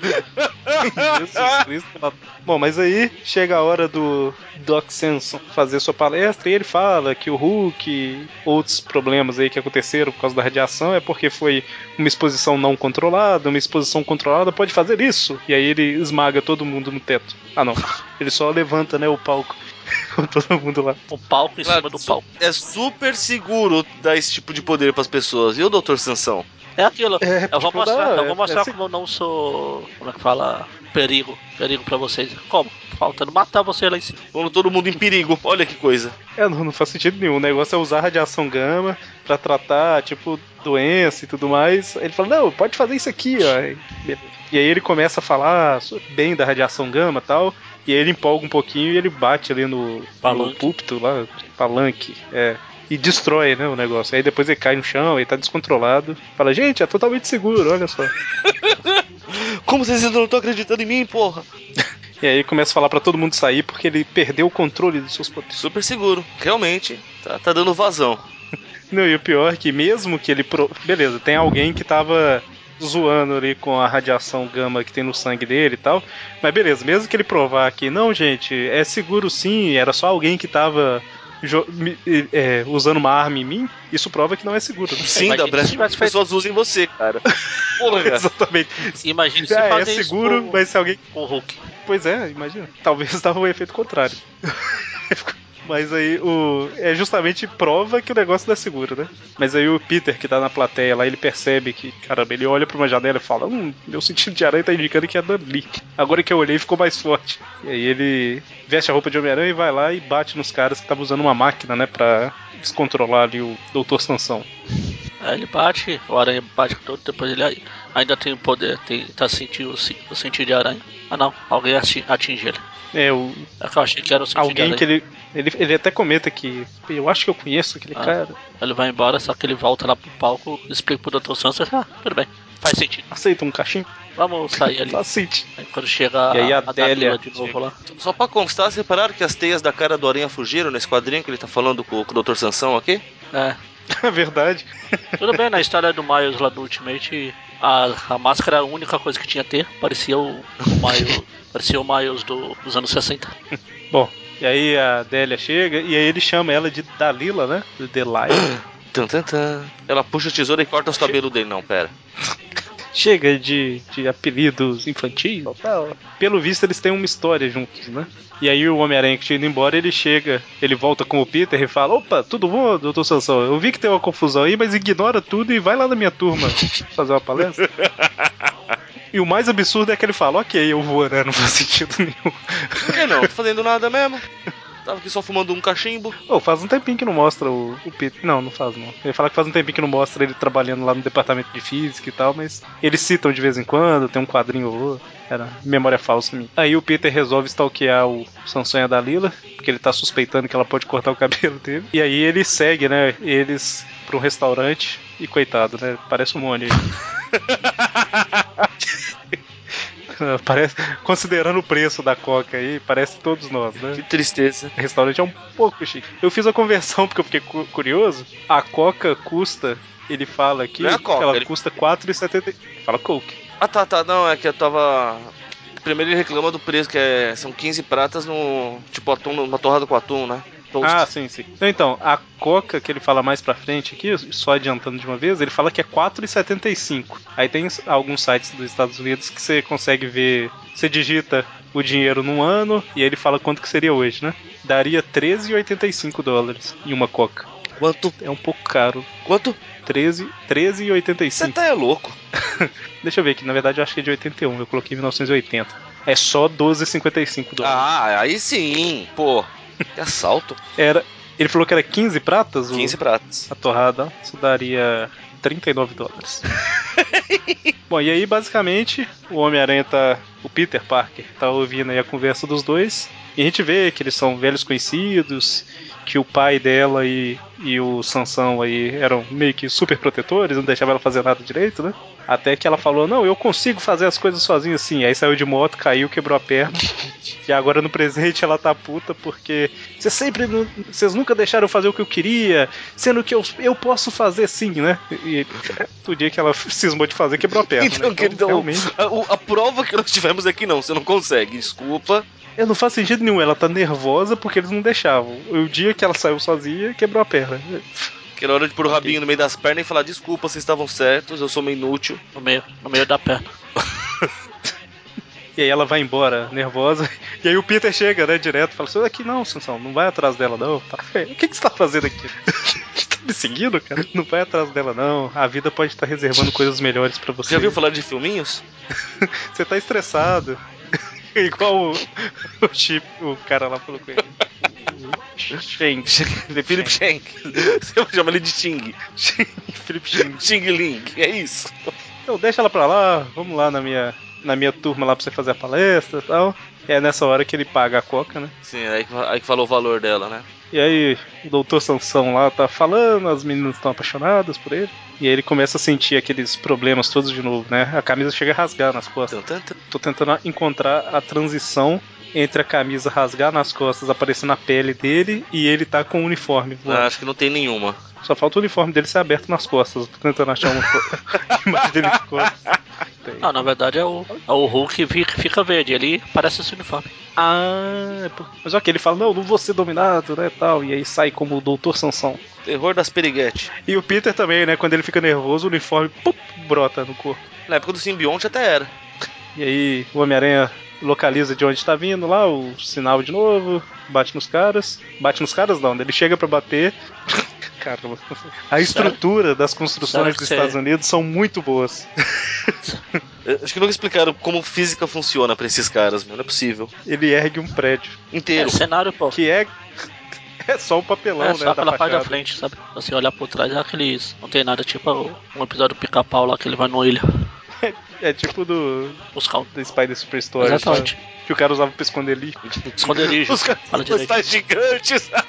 Speaker 1: Jesus Cristo. Bom, mas aí chega a hora do Doc Samson fazer sua palestra e ele fala que o Hulk e outros problemas aí que aconteceram por causa da radiação é porque foi uma exposição não controlada, uma exposição controlada pode fazer isso. E aí ele esmaga todo mundo no teto. Ah, não. Ele só levanta, né, o palco [LAUGHS] com todo mundo lá.
Speaker 2: Um palco em
Speaker 3: Claro,
Speaker 2: cima do
Speaker 3: su-
Speaker 2: palco.
Speaker 3: É super seguro dar esse tipo de poder pras pessoas. E o Dr. Sansão?
Speaker 2: É aquilo.
Speaker 1: É,
Speaker 2: eu vou
Speaker 1: tipo,
Speaker 2: mostrar,
Speaker 1: dá-
Speaker 2: eu vou mostrar
Speaker 1: é assim.
Speaker 2: como eu não sou. Como é que fala? Perigo. Perigo pra vocês. Como? Faltando matar você lá
Speaker 1: [LAUGHS]
Speaker 2: em cima.
Speaker 3: Pondo todo mundo em perigo. [LAUGHS] Olha que coisa.
Speaker 1: É, não, não faz sentido nenhum. O negócio é usar radiação gama pra tratar, tipo, doença e tudo mais. Ele fala, não, pode fazer isso aqui, ó. E aí ele começa a falar so- bem da radiação gama e tal. E aí ele empolga um pouquinho e ele bate ali no, no
Speaker 2: Palanque.
Speaker 1: púlpito lá, palanque, é. E destrói, né, o negócio. Aí depois ele cai no chão, ele tá descontrolado. Fala, gente, é totalmente seguro, olha só.
Speaker 3: Como vocês ainda não estão acreditando em mim, porra?
Speaker 1: E aí ele começa a falar pra todo mundo sair porque ele perdeu o controle dos seus poderes.
Speaker 3: Super seguro. Realmente. Tá, tá dando vazão.
Speaker 1: Não, e o pior é que mesmo que ele. Pro... Beleza, tem alguém que tava zoando ali com a radiação gama que tem no sangue dele e tal. Mas beleza, mesmo que ele provar que, não, gente, é seguro sim, era só alguém que tava. jo- me- é, usando uma arma em mim, isso prova que não é
Speaker 2: [LAUGHS]
Speaker 1: seguro. né?
Speaker 3: Sim,
Speaker 2: Imagina
Speaker 3: da
Speaker 2: se
Speaker 3: brecha que
Speaker 2: tivesse
Speaker 3: as
Speaker 2: feito-
Speaker 3: pessoas usem você,
Speaker 2: [LAUGHS]
Speaker 3: cara. Porra.
Speaker 1: Exatamente.
Speaker 2: Imagina se
Speaker 1: Ah, é
Speaker 2: fazer
Speaker 1: seguro,
Speaker 2: isso com,
Speaker 1: mas se alguém.
Speaker 2: com o Hulk.
Speaker 1: Pois é, imagina. Talvez [LAUGHS] dava o efeito contrário. Mas aí o. É justamente prova que o negócio não é seguro, né? Mas aí o Peter, que tá na plateia lá, ele percebe que, caramba, ele olha pra uma janela e fala: Hum, meu sentido de aranha tá indicando que é dali. Agora que eu olhei, ficou mais forte. E aí ele veste a roupa de Homem-Aranha e vai lá e bate nos caras que estavam usando uma máquina, né? Pra descontrolar ali o Dr. Sansão.
Speaker 2: Aí É, ele bate, o aranha bate com todo, depois ele aí- ainda tem o poder, tem, tá sentindo o, sen- o sentido de aranha. Ah não, alguém ati- atinge ele.
Speaker 1: É, o,
Speaker 2: É que eu achei que era o sentido de
Speaker 1: alguém
Speaker 2: aranha.
Speaker 1: que ele, ele. Ele até comenta que. Eu acho que eu conheço aquele
Speaker 2: Ah.
Speaker 1: cara.
Speaker 2: Ele vai embora, só que ele volta lá pro palco, explica pro Dr. Santos, ah, tudo bem, faz sentido.
Speaker 1: Aceita um cachinho?
Speaker 2: Vamos sair ali.
Speaker 1: Aceite.
Speaker 2: Aí quando chega
Speaker 1: E aí a Adélia
Speaker 2: Dalila de novo lá.
Speaker 3: Só pra constar, vocês repararam que as teias da cara do Aranha fugiram nesse quadrinho que ele tá falando com, com o Dr. Sansão aqui?
Speaker 2: É,
Speaker 1: [LAUGHS] É verdade.
Speaker 2: Tudo bem, na história do Miles lá do Ultimate, a, a máscara era a única coisa que tinha a ter. Parecia o, o Miles,
Speaker 1: [LAUGHS]
Speaker 2: parecia o Miles do- dos anos 60.
Speaker 1: Bom, e aí a Delia chega e aí ele chama ela de Dalila, né? De Delilah.
Speaker 3: Tan, tan, tan. Ela puxa a tesoura e corta os cabelos dele. Não, pera.
Speaker 1: [CLEARS THROAT] Chega de, de apelidos infantis. Total. Pelo visto, eles têm uma história juntos, né? E aí o Homem-Aranha que tinha ido embora, ele chega, ele volta com o Peter e fala: Opa, tudo bom, doutor Sansão? Eu vi que tem uma confusão aí, mas ignora tudo e vai lá na minha turma fazer uma [LAUGHS] palestra. E o mais absurdo é que ele fala, ok, eu vou, né? Não faz sentido nenhum.
Speaker 3: Por que não? Tô fazendo nada mesmo. Tava aqui só fumando um cachimbo.
Speaker 1: Ô, faz um tempinho que não mostra o, o Peter. Não, não faz não. Ele fala que faz um tempinho que não mostra ele trabalhando lá no departamento de física e tal, mas eles citam de vez em quando, tem um quadrinho ou outro. Era memória falsa minha. Aí o Peter resolve stalkear o Samsung da Lila, porque ele tá suspeitando que ela pode cortar o cabelo [LAUGHS] dele. E aí ele segue, né? Eles pra um restaurante. E coitado, né? Parece um monte [LAUGHS] Parece, considerando o preço da coca aí, parece todos nós, né?
Speaker 3: Que tristeza.
Speaker 1: O restaurante é um pouco chique. Eu fiz a conversão [LAUGHS] porque eu fiquei cu- curioso. A coca custa, ele fala aqui,
Speaker 3: Não é a Coca,
Speaker 1: ela
Speaker 3: ele-
Speaker 1: custa 4,70. Fala Coke.
Speaker 3: Ah, tá, tá. Não, é que eu tava. Primeiro ele reclama do preço, que é... são 15 pratas no. Tipo, atum, numa torrada com atum, né? Toast.
Speaker 1: Ah, sim, sim. Então, a coca que ele fala mais pra frente aqui, só adiantando de uma vez, ele fala que é 4,75. Aí tem s- alguns sites dos Estados Unidos que você consegue ver, você digita o dinheiro num ano e aí ele fala quanto que seria hoje, né? Daria 13,85 dólares em uma coca.
Speaker 3: Quanto?
Speaker 1: É um pouco caro.
Speaker 3: Quanto?
Speaker 1: 13,
Speaker 3: Você
Speaker 1: 13,85.
Speaker 3: tá é louco.
Speaker 1: Deixa eu ver aqui, na verdade eu acho que é de 81, eu coloquei 1980. É só 12,55 dólares.
Speaker 3: Ah, aí sim. Pô, que assalto.
Speaker 1: Era, ele falou que era 15 pratas? o-
Speaker 3: 15 pratas.
Speaker 1: A torrada, isso daria 39 dólares. Bom, e aí basicamente o Homem-Aranha tá. O Peter Parker tá ouvindo aí a conversa dos dois. E a gente vê que eles são velhos conhecidos, que o pai dela e, e o Sansão aí eram meio que super protetores, não deixavam ela fazer nada direito, né? Até que ela falou, não, eu consigo fazer as coisas sozinha assim. Aí saiu de moto, caiu, quebrou a perna. E agora no presente ela tá puta porque vocês sempre. nu- Vocês nunca deixaram eu fazer o que eu queria, sendo que eu, eu posso fazer sim, né? E [LAUGHS] o dia que ela cismou de fazer, quebrou a perna. né?
Speaker 3: Então, queridão,
Speaker 1: realmente,
Speaker 3: a, o- a prova que nós tivemos aqui não, você não consegue, desculpa.
Speaker 1: eu não faz sentido nenhum. Ela tá nervosa porque eles não deixavam. E O dia que ela saiu sozinha, quebrou a perna.
Speaker 3: Que era hora de pôr o rabinho no meio das pernas e falar: desculpa, vocês estavam certos, eu sou meio inútil.
Speaker 2: No meio, no meio da perna.
Speaker 1: E aí ela vai embora, nervosa. [LAUGHS] E aí o Peter chega, né, direto, fala assim, aqui não, Sansão, não vai atrás dela não. Tá? O que, que você tá fazendo aqui? [LAUGHS] você tá me seguindo, cara? Não vai atrás dela não. A vida pode estar reservando coisas melhores pra você.
Speaker 3: Você já viu falar de filminhos?
Speaker 1: Você tá estressado. [LAUGHS] Igual o, o Chip, o cara lá falou com ele. Shang.
Speaker 3: Philip Shank. [LAUGHS] Você chama ele de Ting.
Speaker 1: Felipe Shang.
Speaker 3: Ting Ling, é isso.
Speaker 1: Então deixa ela pra lá, vamos lá na minha, na minha turma lá pra você fazer a palestra e tal. É nessa hora que ele paga a coca, né?
Speaker 3: Sim, aí, que- aí que falou o valor dela, né?
Speaker 1: E aí o doutor Sansão lá tá falando, as meninas estão apaixonadas por ele. E aí ele começa a sentir aqueles problemas todos de novo, né? A camisa chega a rasgar nas costas.
Speaker 3: Tan, tan, tan.
Speaker 1: Tô tentando encontrar a transição entre a camisa rasgar nas costas, aparecendo a pele dele, e ele tá com o uniforme.
Speaker 3: Ah, acho que não tem nenhuma.
Speaker 1: Só falta o uniforme dele ser aberto nas costas. Tô tentando achar uma [LAUGHS] co- imagem dele de costas. Tem.
Speaker 2: Não, na verdade é o, é o Hulk que fica, fica verde ali, parece esse uniforme.
Speaker 1: Ah, é por- mas ok, ele fala, não, não vou ser dominado, né, tal, e aí sai como o Doutor Sansão.
Speaker 3: Terror das periguetes.
Speaker 1: E o Peter também, né, quando ele fica nervoso, o uniforme, pum, brota no corpo.
Speaker 3: Na época do simbionte até era.
Speaker 1: E aí o Homem-Aranha localiza de onde tá vindo lá, o sinal de novo, bate nos caras. Bate nos caras não, né? ele chega pra bater. [LAUGHS] Caramba. A estrutura das
Speaker 2: Sério
Speaker 1: construções
Speaker 2: que
Speaker 1: dos
Speaker 2: você-
Speaker 1: Estados Unidos são muito boas.
Speaker 3: Eu É, Acho que nunca explicaram como física funciona pra esses caras, meu. Não é possível.
Speaker 1: Ele ergue um prédio,
Speaker 2: É
Speaker 3: Inteiro. [LAUGHS]
Speaker 2: cenário, pô.
Speaker 1: que é [LAUGHS] é só o papelão,
Speaker 2: é
Speaker 1: né,
Speaker 2: só
Speaker 1: da
Speaker 2: pela parte da
Speaker 1: fachada.
Speaker 2: frente, sabe? Você olhar por trás, é aqueles. Não tem nada, tipo um episódio do pica-pau lá que ele vai numa ilha
Speaker 1: É tipo do,
Speaker 2: buscar um.
Speaker 1: do Spider Superstore,
Speaker 2: Exatamente.
Speaker 1: sabe? que o cara usava pra esconder ali.
Speaker 2: Esconderijo.
Speaker 3: Os caras
Speaker 2: Fala direito.
Speaker 3: postais gigantes. [LAUGHS]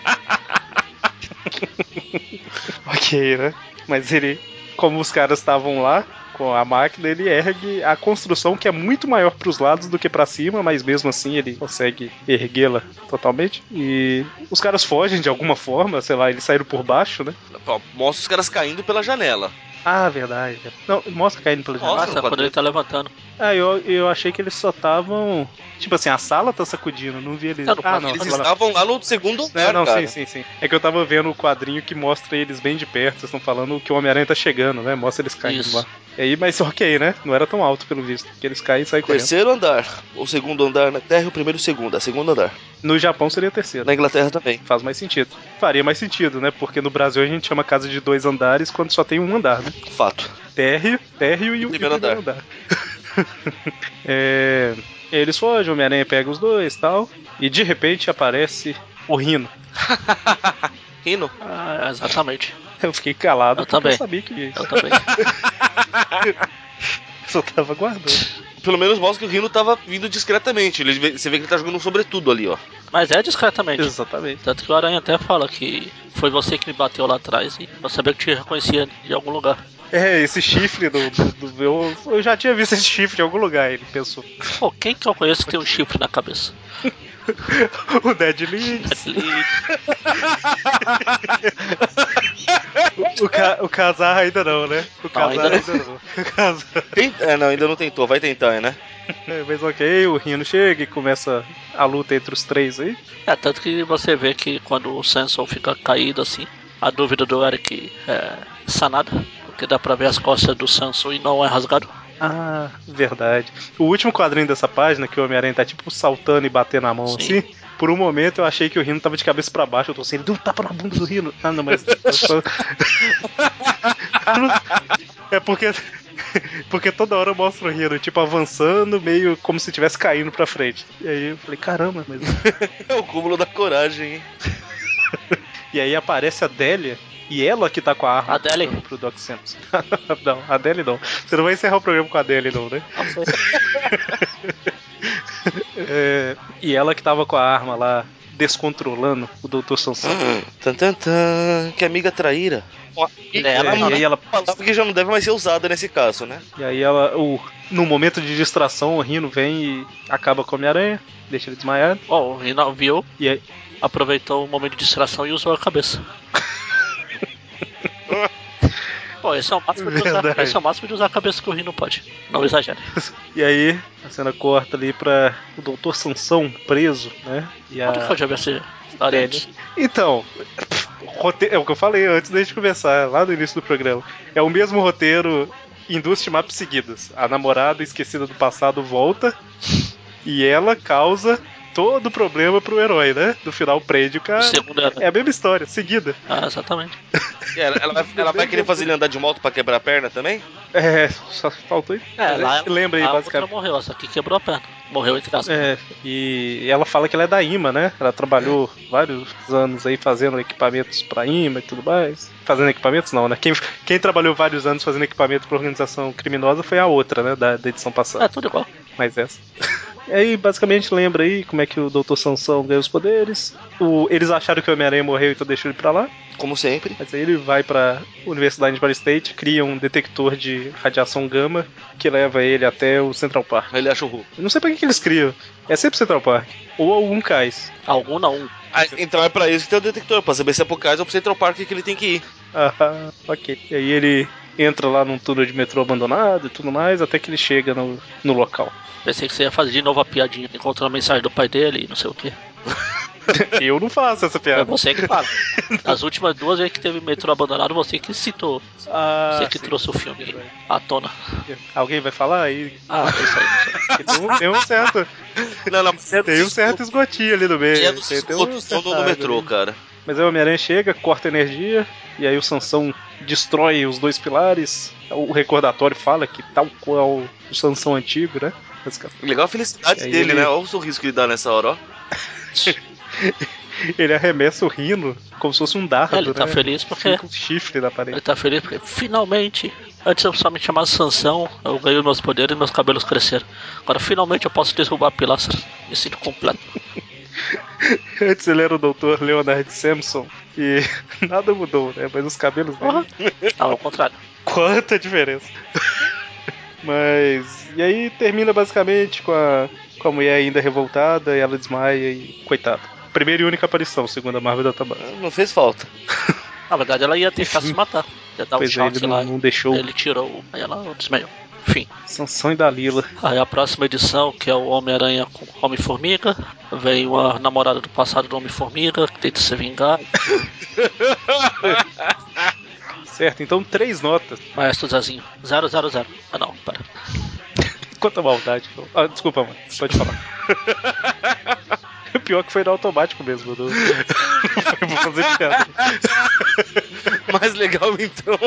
Speaker 1: Ok, né? Mas ele, como os caras estavam lá com a máquina, ele ergue a construção que é muito maior para os lados do que para cima, mas mesmo assim ele consegue erguê-la totalmente. E os caras fogem de alguma forma, sei lá, eles saíram por baixo, né?
Speaker 3: Pô, Mostra os caras caindo pela janela.
Speaker 1: Ah, verdade. Não, mostra caindo pelo
Speaker 3: Mostra.
Speaker 1: janela.
Speaker 2: Nossa, quando ele tá levantando.
Speaker 1: Ah, eu, eu achei que eles só estavam. Tipo assim, a sala tá sacudindo, não vi eles.
Speaker 2: Não, não
Speaker 1: ah,
Speaker 2: pode,
Speaker 1: não,
Speaker 3: Eles
Speaker 1: tá falando-
Speaker 3: estavam lá no segundo
Speaker 1: não,
Speaker 3: andar,
Speaker 1: Né, não,
Speaker 3: cara.
Speaker 1: sim, sim, sim. É que eu tava vendo o quadrinho que mostra eles bem de perto. Vocês estão falando que o Homem-Aranha tá chegando, né? Mostra eles caindo
Speaker 2: Isso.
Speaker 1: lá. E aí, mas ok, né? Não era tão alto, pelo visto. Que eles caem e saem correndo.
Speaker 3: Terceiro andar. O segundo andar na Terra e o primeiro segundo. A segundo andar.
Speaker 1: No Japão seria terceiro.
Speaker 3: Na Inglaterra também.
Speaker 1: Faz mais sentido. Faria mais sentido, né? Porque no Brasil a gente chama casa de dois andares quando só tem um andar, né?
Speaker 3: Fato.
Speaker 1: térreo, térreo e o
Speaker 3: Primeiro
Speaker 1: primeiro andar. [LAUGHS] É, eles fogem, o Homem-Aranha pega os dois tal. E de repente aparece o Rino.
Speaker 3: Rino.
Speaker 2: Ah, exatamente.
Speaker 1: Eu fiquei calado
Speaker 2: Eu
Speaker 1: porque
Speaker 2: também.
Speaker 1: eu sabia que
Speaker 2: Eu também.
Speaker 1: só tava guardando.
Speaker 3: Pelo menos mostra que o Rino tava vindo discretamente. Ele, vê- você vê que ele tá jogando um sobretudo ali, ó.
Speaker 2: Mas é discretamente.
Speaker 1: Exatamente.
Speaker 2: Tanto que o Aranha até fala que foi você que me bateu lá atrás e eu sabia que te reconhecia de algum lugar.
Speaker 1: É, esse chifre do. do- do- eu, eu já tinha visto esse chifre em algum lugar, ele pensou. [LAUGHS]
Speaker 2: Pô, quem que eu conheço que tem um chifre na cabeça? É
Speaker 1: O Dead Lynx, o, ca, o Kazar ainda não, né? O Kazar
Speaker 2: ainda
Speaker 1: ainda não. [LAUGHS] O Kazar.
Speaker 3: Tem- É, não, ainda não tentou. Vai tentar, né? [LAUGHS]
Speaker 1: É, mas ok, o Rino chega e começa a luta entre os três aí.
Speaker 2: É, tanto que você vê que quando o Samson fica caído assim, a dúvida do Eric é sanada, porque dá pra ver as costas do Samson e não é rasgado.
Speaker 1: Ah, verdade. O último quadrinho dessa página, que o Homem-Aranha tá tipo saltando e batendo a mão
Speaker 2: Sim.
Speaker 1: assim. Por um momento eu achei que o Rino tava de cabeça pra baixo. Eu tô assim, ele deu um tapa na bunda do Rino. Ah, não, mas. eu só- é porque. Porque toda hora mostra o Rino, tipo, avançando, meio como se estivesse caindo pra frente. E aí eu falei, caramba, mas.
Speaker 3: É o cúmulo da coragem, hein?
Speaker 1: E aí aparece a Delia. E ela que tá com a arma
Speaker 2: A Delia.
Speaker 1: pro- pro Doc Samson. [LAUGHS] não, a Delia não. Você não vai encerrar o programa com a Delia, não, né? É, e ela que tava com a arma lá descontrolando o Dr. Sansão.
Speaker 3: Tan, tan, tan. Que amiga traíra. Ó, e-
Speaker 2: É, ela
Speaker 3: é uma
Speaker 1: e aí ela.
Speaker 3: palavra que já não deve mais ser usada nesse caso, né?
Speaker 1: E aí ela. O, no momento de distração, o Rino vem e acaba com a Homem-Aranha, deixa ele desmaiado.
Speaker 2: Ó, o Rino viu,
Speaker 1: E aí.
Speaker 2: aproveitou o momento de distração e usou
Speaker 1: [LAUGHS]
Speaker 2: a cabeça. Pô, esse é, o máximo de usar,
Speaker 1: Verdade. É.
Speaker 2: esse é o máximo de usar a cabeça que o Rino pode. Não exagere.
Speaker 1: E aí, a cena corta ali pra o Dr. Sansão preso, né? E a.
Speaker 2: Onde que eu já vi essa história antes?
Speaker 1: Então, rote- é o que eu falei antes da gente começar, lá no início do programa. É o mesmo roteiro em duas timaps seguidas. A namorada esquecida do passado volta e ela causa todo o problema pro herói, né? No final prende o
Speaker 2: O
Speaker 1: cara.
Speaker 2: segundo era.
Speaker 1: É a mesma história, seguida.
Speaker 2: Ah, exatamente.
Speaker 3: E Ela, ela vai, ela vai querer fazer ele andar de moto pra quebrar a perna também?
Speaker 1: É, só faltou.
Speaker 2: É, lá,
Speaker 1: lembra aí,
Speaker 2: a outra
Speaker 1: basicamente.
Speaker 2: morreu, essa aqui quebrou a perna. Morreu entre aspas.
Speaker 1: É, e ela fala que ela é da IMA, né? Ela trabalhou vários anos aí fazendo equipamentos pra IMA e tudo mais. Fazendo equipamentos não, né? Quem, quem trabalhou vários anos fazendo equipamento pra organização criminosa foi a outra, né? Da, da edição
Speaker 2: É,
Speaker 1: passada.
Speaker 2: tudo igual.
Speaker 1: Mas essa. E aí, basicamente, lembra aí como é que o Dr. Sansão ganha os poderes. O- eles acharam que o Homem-Aranha morreu, então deixou ele pra lá.
Speaker 3: Como sempre.
Speaker 1: Mas aí ele vai pra Universidade de Bar State, cria um detector de radiação gama que leva ele até o Central Park.
Speaker 3: Ele acha o Hulk.
Speaker 1: Eu não sei pra que, que eles criam. É sempre Central Park. Ou algum cais. [LAUGHS]
Speaker 2: Algum não.
Speaker 3: Ah, então é pra isso que tem o detector, pra saber se é pro caso ou pro Central Park que ele tem que ir.
Speaker 1: Ah, ok. E aí ele entra lá num túnel de metrô abandonado e tudo mais, até que ele chega no, no local.
Speaker 2: Pensei que você ia fazer de novo a piadinha, encontrou a mensagem do pai dele e não sei o que.
Speaker 1: [LAUGHS] Eu não faço essa
Speaker 2: É
Speaker 1: piada.
Speaker 2: você
Speaker 1: [LAUGHS]
Speaker 2: que fala. As últimas duas vezes que teve metrô abandonado, você que citou.
Speaker 1: Ah,
Speaker 2: Você que
Speaker 1: sim.
Speaker 2: trouxe o filme à tona.
Speaker 1: Alguém vai falar aí?
Speaker 2: Ah, é isso aí. é isso aí.
Speaker 1: Que Tem um, tem um certo,
Speaker 3: Não, não, mas é
Speaker 1: tem um certo esgotinho ali no meio.
Speaker 3: É do
Speaker 1: Tem- tem um
Speaker 3: esgoto, só no, no
Speaker 1: cercado
Speaker 3: metrô,
Speaker 1: ali.
Speaker 3: cara.
Speaker 1: Mas aí o Homem-Aranha chega, corta energia, e aí o Sansão destrói os dois pilares. O recordatório fala que tal qual o Sansão antigo, né? Basicamente.
Speaker 3: Legal a felicidade
Speaker 1: E aí
Speaker 3: dele,
Speaker 1: ele-
Speaker 3: né? Olha o sorriso que ele dá nessa hora, ó.
Speaker 1: Ele arremessa o rino como se fosse um dardo,
Speaker 2: É, ele tá
Speaker 1: né?
Speaker 2: feliz porque.
Speaker 1: Fica um chifre na parede.
Speaker 2: [LAUGHS] Ele tá feliz porque finalmente. Antes eu só me chamava Sansão, eu ganhei meus poderes e meus cabelos cresceram. Agora finalmente eu posso derrubar a pilastra. Me sinto completo.
Speaker 1: Antes ele era o doutor Leonard Samson e [LAUGHS] nada mudou, né? Mas os cabelos dele.
Speaker 2: Porra. Não, ao contrário.
Speaker 1: Quanta diferença! [LAUGHS] Mas. E aí termina basicamente com a, com a mulher ainda revoltada e ela desmaia e. Coitada. Primeira e única aparição, segundo a Marvel Database.
Speaker 3: Não fez [LAUGHS] falta.
Speaker 2: Na verdade ela ia tentar se matar. Ia dar um
Speaker 1: Pois é,
Speaker 2: shot
Speaker 1: ele
Speaker 2: lá.
Speaker 1: não, não deixou.
Speaker 2: Ele tirou. Aí ela desmaiou. Enfim.
Speaker 1: Sansão e Dalila.
Speaker 2: Aí a próxima edição, que é o Homem-Aranha com Homem-Formiga, vem uma namorada do passado do Homem-Formiga, que tenta se vingar.
Speaker 1: Certo, então três notas.
Speaker 2: Maestro Zezinho. 000. Ah não, para.
Speaker 1: Quanta maldade. Ah, desculpa, mano. Pode falar. Pior é que foi no automático mesmo. Não, não foi pra fazer piada.
Speaker 3: Mais legal então.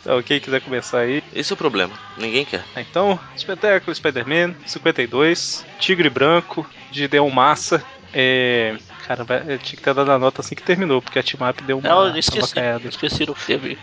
Speaker 1: Então, quem quiser começar aí.
Speaker 3: Esse é o problema. Ninguém quer.
Speaker 1: Então, espetáculo Spider-Man 52, Tigre Branco, de Deon Massa. É. Cara, vai- eu tinha que ter dado a nota assim que terminou, porque a Timap deu uma
Speaker 2: Não, eu esqueci.
Speaker 1: tabacaiada.
Speaker 2: Esqueci o que teve.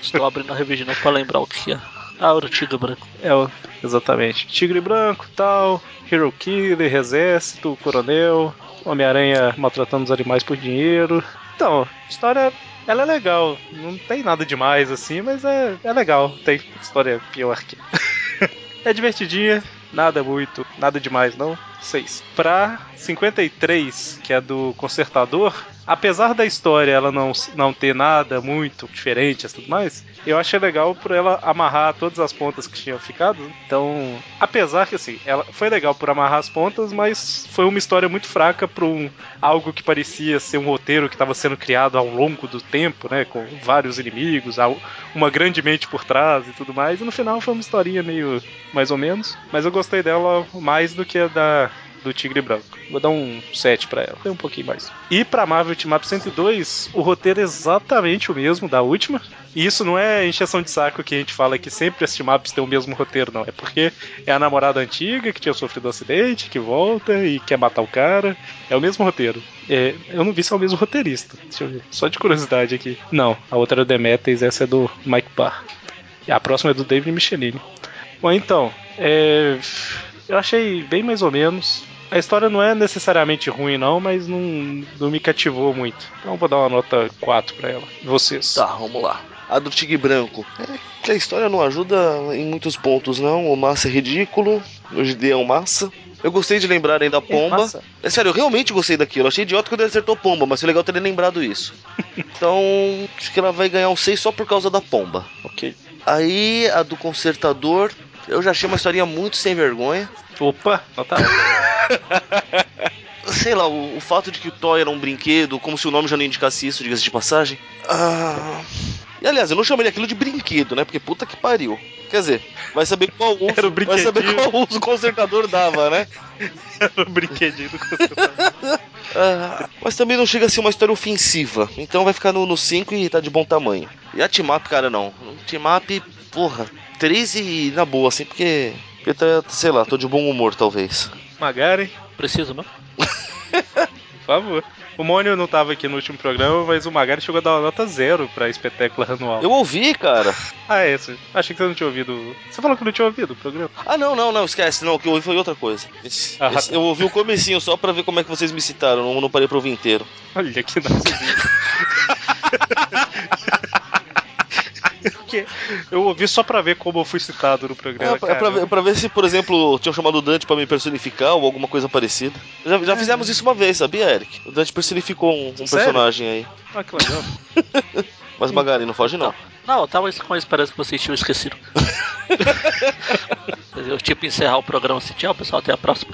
Speaker 2: Estou abrindo a revisão pra lembrar o que é. Ah, o Tigre Branco.
Speaker 1: É, ó, exatamente. Tigre Branco, tal, Hero Killer, Exército, Coronel, Homem-Aranha maltratando os animais por dinheiro. Então, a história ela é legal. Não tem nada demais assim, mas é, é legal. Tem história pior que. [LAUGHS] é divertidinha, nada muito, nada demais não. 6. Pra 53, que é do Consertador, apesar da história ela não, não ter nada muito diferente e tudo mais, eu achei legal por ela amarrar todas as pontas que tinham ficado. Então, apesar que assim, ela foi legal por amarrar as pontas, mas foi uma história muito fraca para um algo que parecia ser um roteiro que estava sendo criado ao longo do tempo, né, com vários inimigos, al- uma grande mente por trás e tudo mais. E no final foi uma historinha meio mais ou menos, mas eu gostei dela mais do que a da do Tigre Branco. Vou dar um 7 pra ela. Tem um pouquinho mais. E pra Marvel Team Up 102, o roteiro é exatamente o mesmo da última. E isso não é encheção de saco que a gente fala que sempre as team ups têm o mesmo roteiro, não. É porque é a namorada antiga que tinha sofrido um acidente, que volta e quer matar o cara. É o mesmo roteiro. É, eu não vi se é o mesmo roteirista. Deixa eu ver. Só de curiosidade aqui. Não, a outra é do Demetrius, essa é do Mike Barr. E a próxima é do David Michelini. Bom, então, é, eu achei bem mais ou menos. A história não é necessariamente ruim, não, mas não, não me cativou muito. Então vou dar uma nota 4 pra ela. E Vocês.
Speaker 3: Tá, vamos lá. A do Tigre Branco. É, que a história não ajuda em muitos pontos, não. O Massa é ridículo. O Gideão é um Massa. Eu gostei de lembrarem da pomba.
Speaker 1: massa.
Speaker 3: É sério, eu realmente gostei daquilo. Eu achei idiota quando ele acertou pomba, mas foi legal ter lembrado [LAUGHS] isso. Então, acho que ela vai ganhar um 6 só por causa da pomba.
Speaker 1: Ok.
Speaker 3: Aí, a do Consertador. Eu já achei uma historinha muito sem vergonha.
Speaker 1: Opa,
Speaker 3: tá?
Speaker 1: [LAUGHS] nota
Speaker 3: Sei lá, o, o fato de que o Toy era um brinquedo, como se o nome já não indicasse isso, diga-se de passagem. Ah. E aliás, eu não chamaria aquilo de brinquedo, né? Porque puta que pariu. Quer dizer, vai saber qual uso,
Speaker 1: Era o
Speaker 3: vai saber
Speaker 1: brinquedinho.
Speaker 3: qual uso o consertador dava, né?
Speaker 1: o Um brinquedinho do consertador.
Speaker 3: Ah, mas também não chega a ser uma história ofensiva. Então vai ficar no 5 e tá de bom tamanho. E a Timap, cara, não. Timap, porra, 13 e na boa, assim, porque. Porque tá, sei lá, tô de bom humor, talvez.
Speaker 1: Magari,
Speaker 2: Preciso mesmo?
Speaker 1: por favor. O Mônio não tava aqui no último programa, mas o Magari chegou a dar uma nota zero pra espetáculo anual.
Speaker 3: Eu ouvi, cara.
Speaker 1: Ah, é, você- achei que você não tinha ouvido. Você falou que não tinha ouvido o programa.
Speaker 3: Ah, não, não, não, esquece. Não, o que eu ouvi foi outra coisa. Esse-
Speaker 1: Ah,
Speaker 3: esse-
Speaker 1: tá.
Speaker 3: eu ouvi o comecinho só pra ver como é que vocês me citaram. Não, não parei pra ouvir inteiro.
Speaker 1: Olha que
Speaker 3: [LAUGHS]
Speaker 1: narcisista. Porque eu ouvi só pra ver como eu fui citado no
Speaker 3: É,
Speaker 1: programa.
Speaker 3: pra- é pra, ver, é pra ver se, por exemplo, tinham chamado o Dante pra me personificar ou alguma coisa parecida. Já, já fizemos isso uma vez, sabia, Eric? O Dante personificou um, um
Speaker 1: Sério?
Speaker 3: personagem aí.
Speaker 1: Ah, que legal.
Speaker 3: Mas Magari, não foge não.
Speaker 2: Não, eu tava com a esperança que vocês tinham esquecido. eu tipo encerrar o programa assim, tchau pessoal, até a próxima.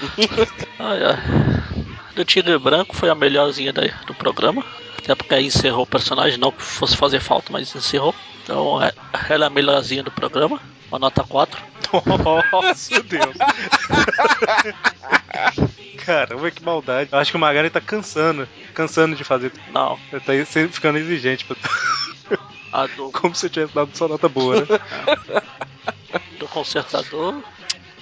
Speaker 2: ai, ai. Do Tigre Branco foi a melhorzinha da- do programa. Até porque aí encerrou o personagem, não que fosse fazer falta, mas encerrou. Então é- ela é a melhorzinha do programa, uma nota 4.
Speaker 1: Nossa,
Speaker 3: [LAUGHS]
Speaker 1: Deus. Caramba, que maldade. Eu acho que o Magari tá cansando. Cansando de fazer.
Speaker 2: Não,
Speaker 1: Ele Tá se- ficando exigente. pra-
Speaker 2: a
Speaker 1: [LAUGHS]
Speaker 2: do,
Speaker 1: Como se eu tivesse dado só nota boa, né?
Speaker 2: do Consertador.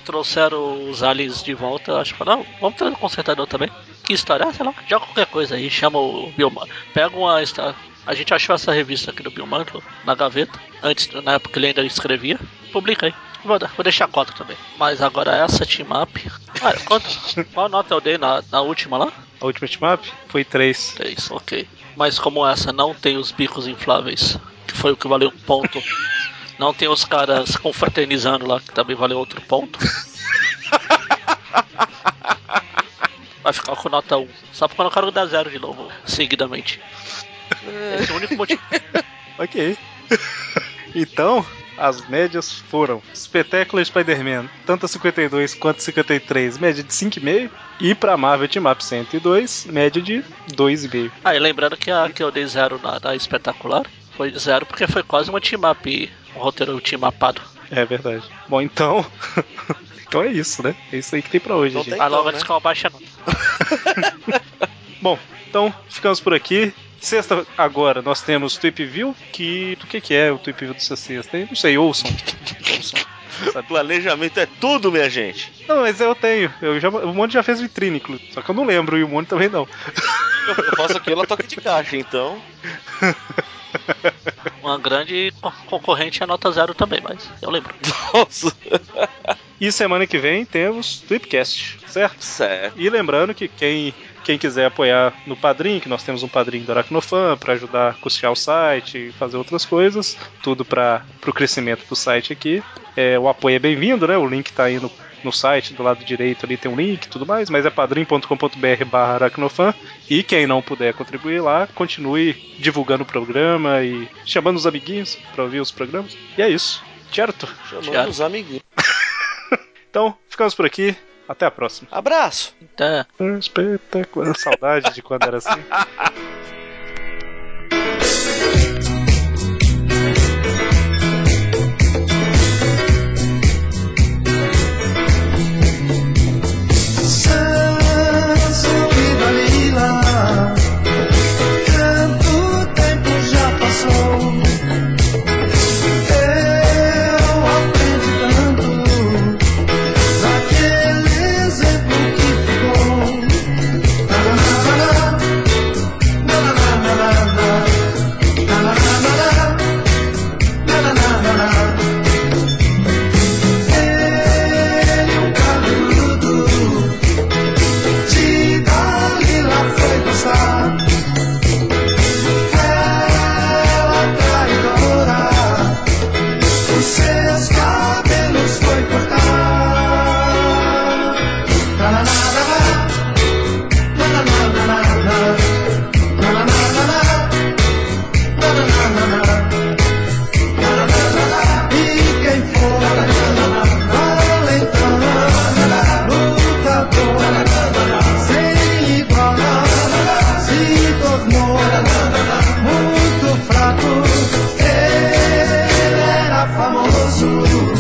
Speaker 2: Trouxeram os aliens de volta, acho que falaram, "Não, vamos trazer o Consertador também. Que história, ah, sei lá, joga qualquer coisa aí, chama o Bioman. Pega uma. esta- A gente achou essa revista aqui do Biomanto na gaveta, antes, na época que ele ainda escrevia. Publica aí. Vou, dar- vou deixar a cota também. Mas agora essa team up. Ah, quanto, qual nota eu dei na, na última lá?
Speaker 1: A última map foi 3.
Speaker 2: 3, É ok. Mas como essa não tem os bicos infláveis, que foi o que valeu um
Speaker 3: [LAUGHS]
Speaker 2: ponto. Não tem os caras confraternizando lá, que também valeu outro ponto. Vai ficar com nota 1. Só porque eu não quero dar zero de novo, é seguidamente. Esse é o único motivo.
Speaker 1: Ok. [LAUGHS] então, As médias foram Espetáculo Spider-Man, tanto a 52 quanto a 53, média de 5,5. E pra Marvel Team Up 102, média de 2,5.
Speaker 2: Aí Ah, lembrando que a que eu dei zero na, na espetacular foi zero porque foi quase uma team up, um roteiro team upado.
Speaker 1: É verdade. Bom, então. [LAUGHS] então é isso, né? É isso aí que tem pra hoje,
Speaker 3: Não
Speaker 1: gente.
Speaker 3: tem.
Speaker 2: a
Speaker 3: Então,
Speaker 2: logo
Speaker 3: né?
Speaker 2: né? descalma baixa não.
Speaker 1: Bom, então ficamos por aqui. Sexta agora nós temos Tweep View, que. do que, que é o Tweep View dessa sexta? hein? Não sei, ouçam. ouçam.
Speaker 3: Planejamento é tudo, minha gente.
Speaker 1: Não, mas eu tenho. Eu já, o Monte já fez vitrine, inclu- só que eu não lembro, e o Monte também não.
Speaker 3: Eu eu faço aquilo a toque de caixa, então.
Speaker 2: Uma grande co- concorrente é nota zero também, mas eu lembro.
Speaker 3: Nossa.
Speaker 1: E semana que vem temos Tweepcast, certo?
Speaker 3: Certo.
Speaker 1: E lembrando que quem, quem quiser apoiar no padrinho, que nós temos um padrinho do Aracnofan para ajudar a custear o site e fazer outras coisas, tudo para o crescimento do site aqui. É, o apoio é bem-vindo, né? O link tá aí no, no site, do lado direito ali tem um link e tudo mais, mas é padrim.com.br barra aracnofan. E quem não puder contribuir lá, continue divulgando o programa e chamando os amiguinhos para ouvir os programas. E é isso, certo?
Speaker 3: Chamando
Speaker 2: Tiago.
Speaker 3: os amiguinhos.
Speaker 1: Então, ficamos por aqui. Até a próxima.
Speaker 3: Abraço.
Speaker 2: Então,
Speaker 1: Espetacular. Saudade de quando era assim.
Speaker 4: Canso que Dalila Tanto tempo já passou Eu aprendi tanto Naquele exemplo que ficou Nananana Nananana Nananana Nananana Ele o cabeludo de Dalila foi gostar. Ela traidora, os seus cabelos foi cortar. Nananana, nananana, nananana, nananana. E quem for valentão, lutador, sem igual, se tornou muito fraco. Ele era famoso.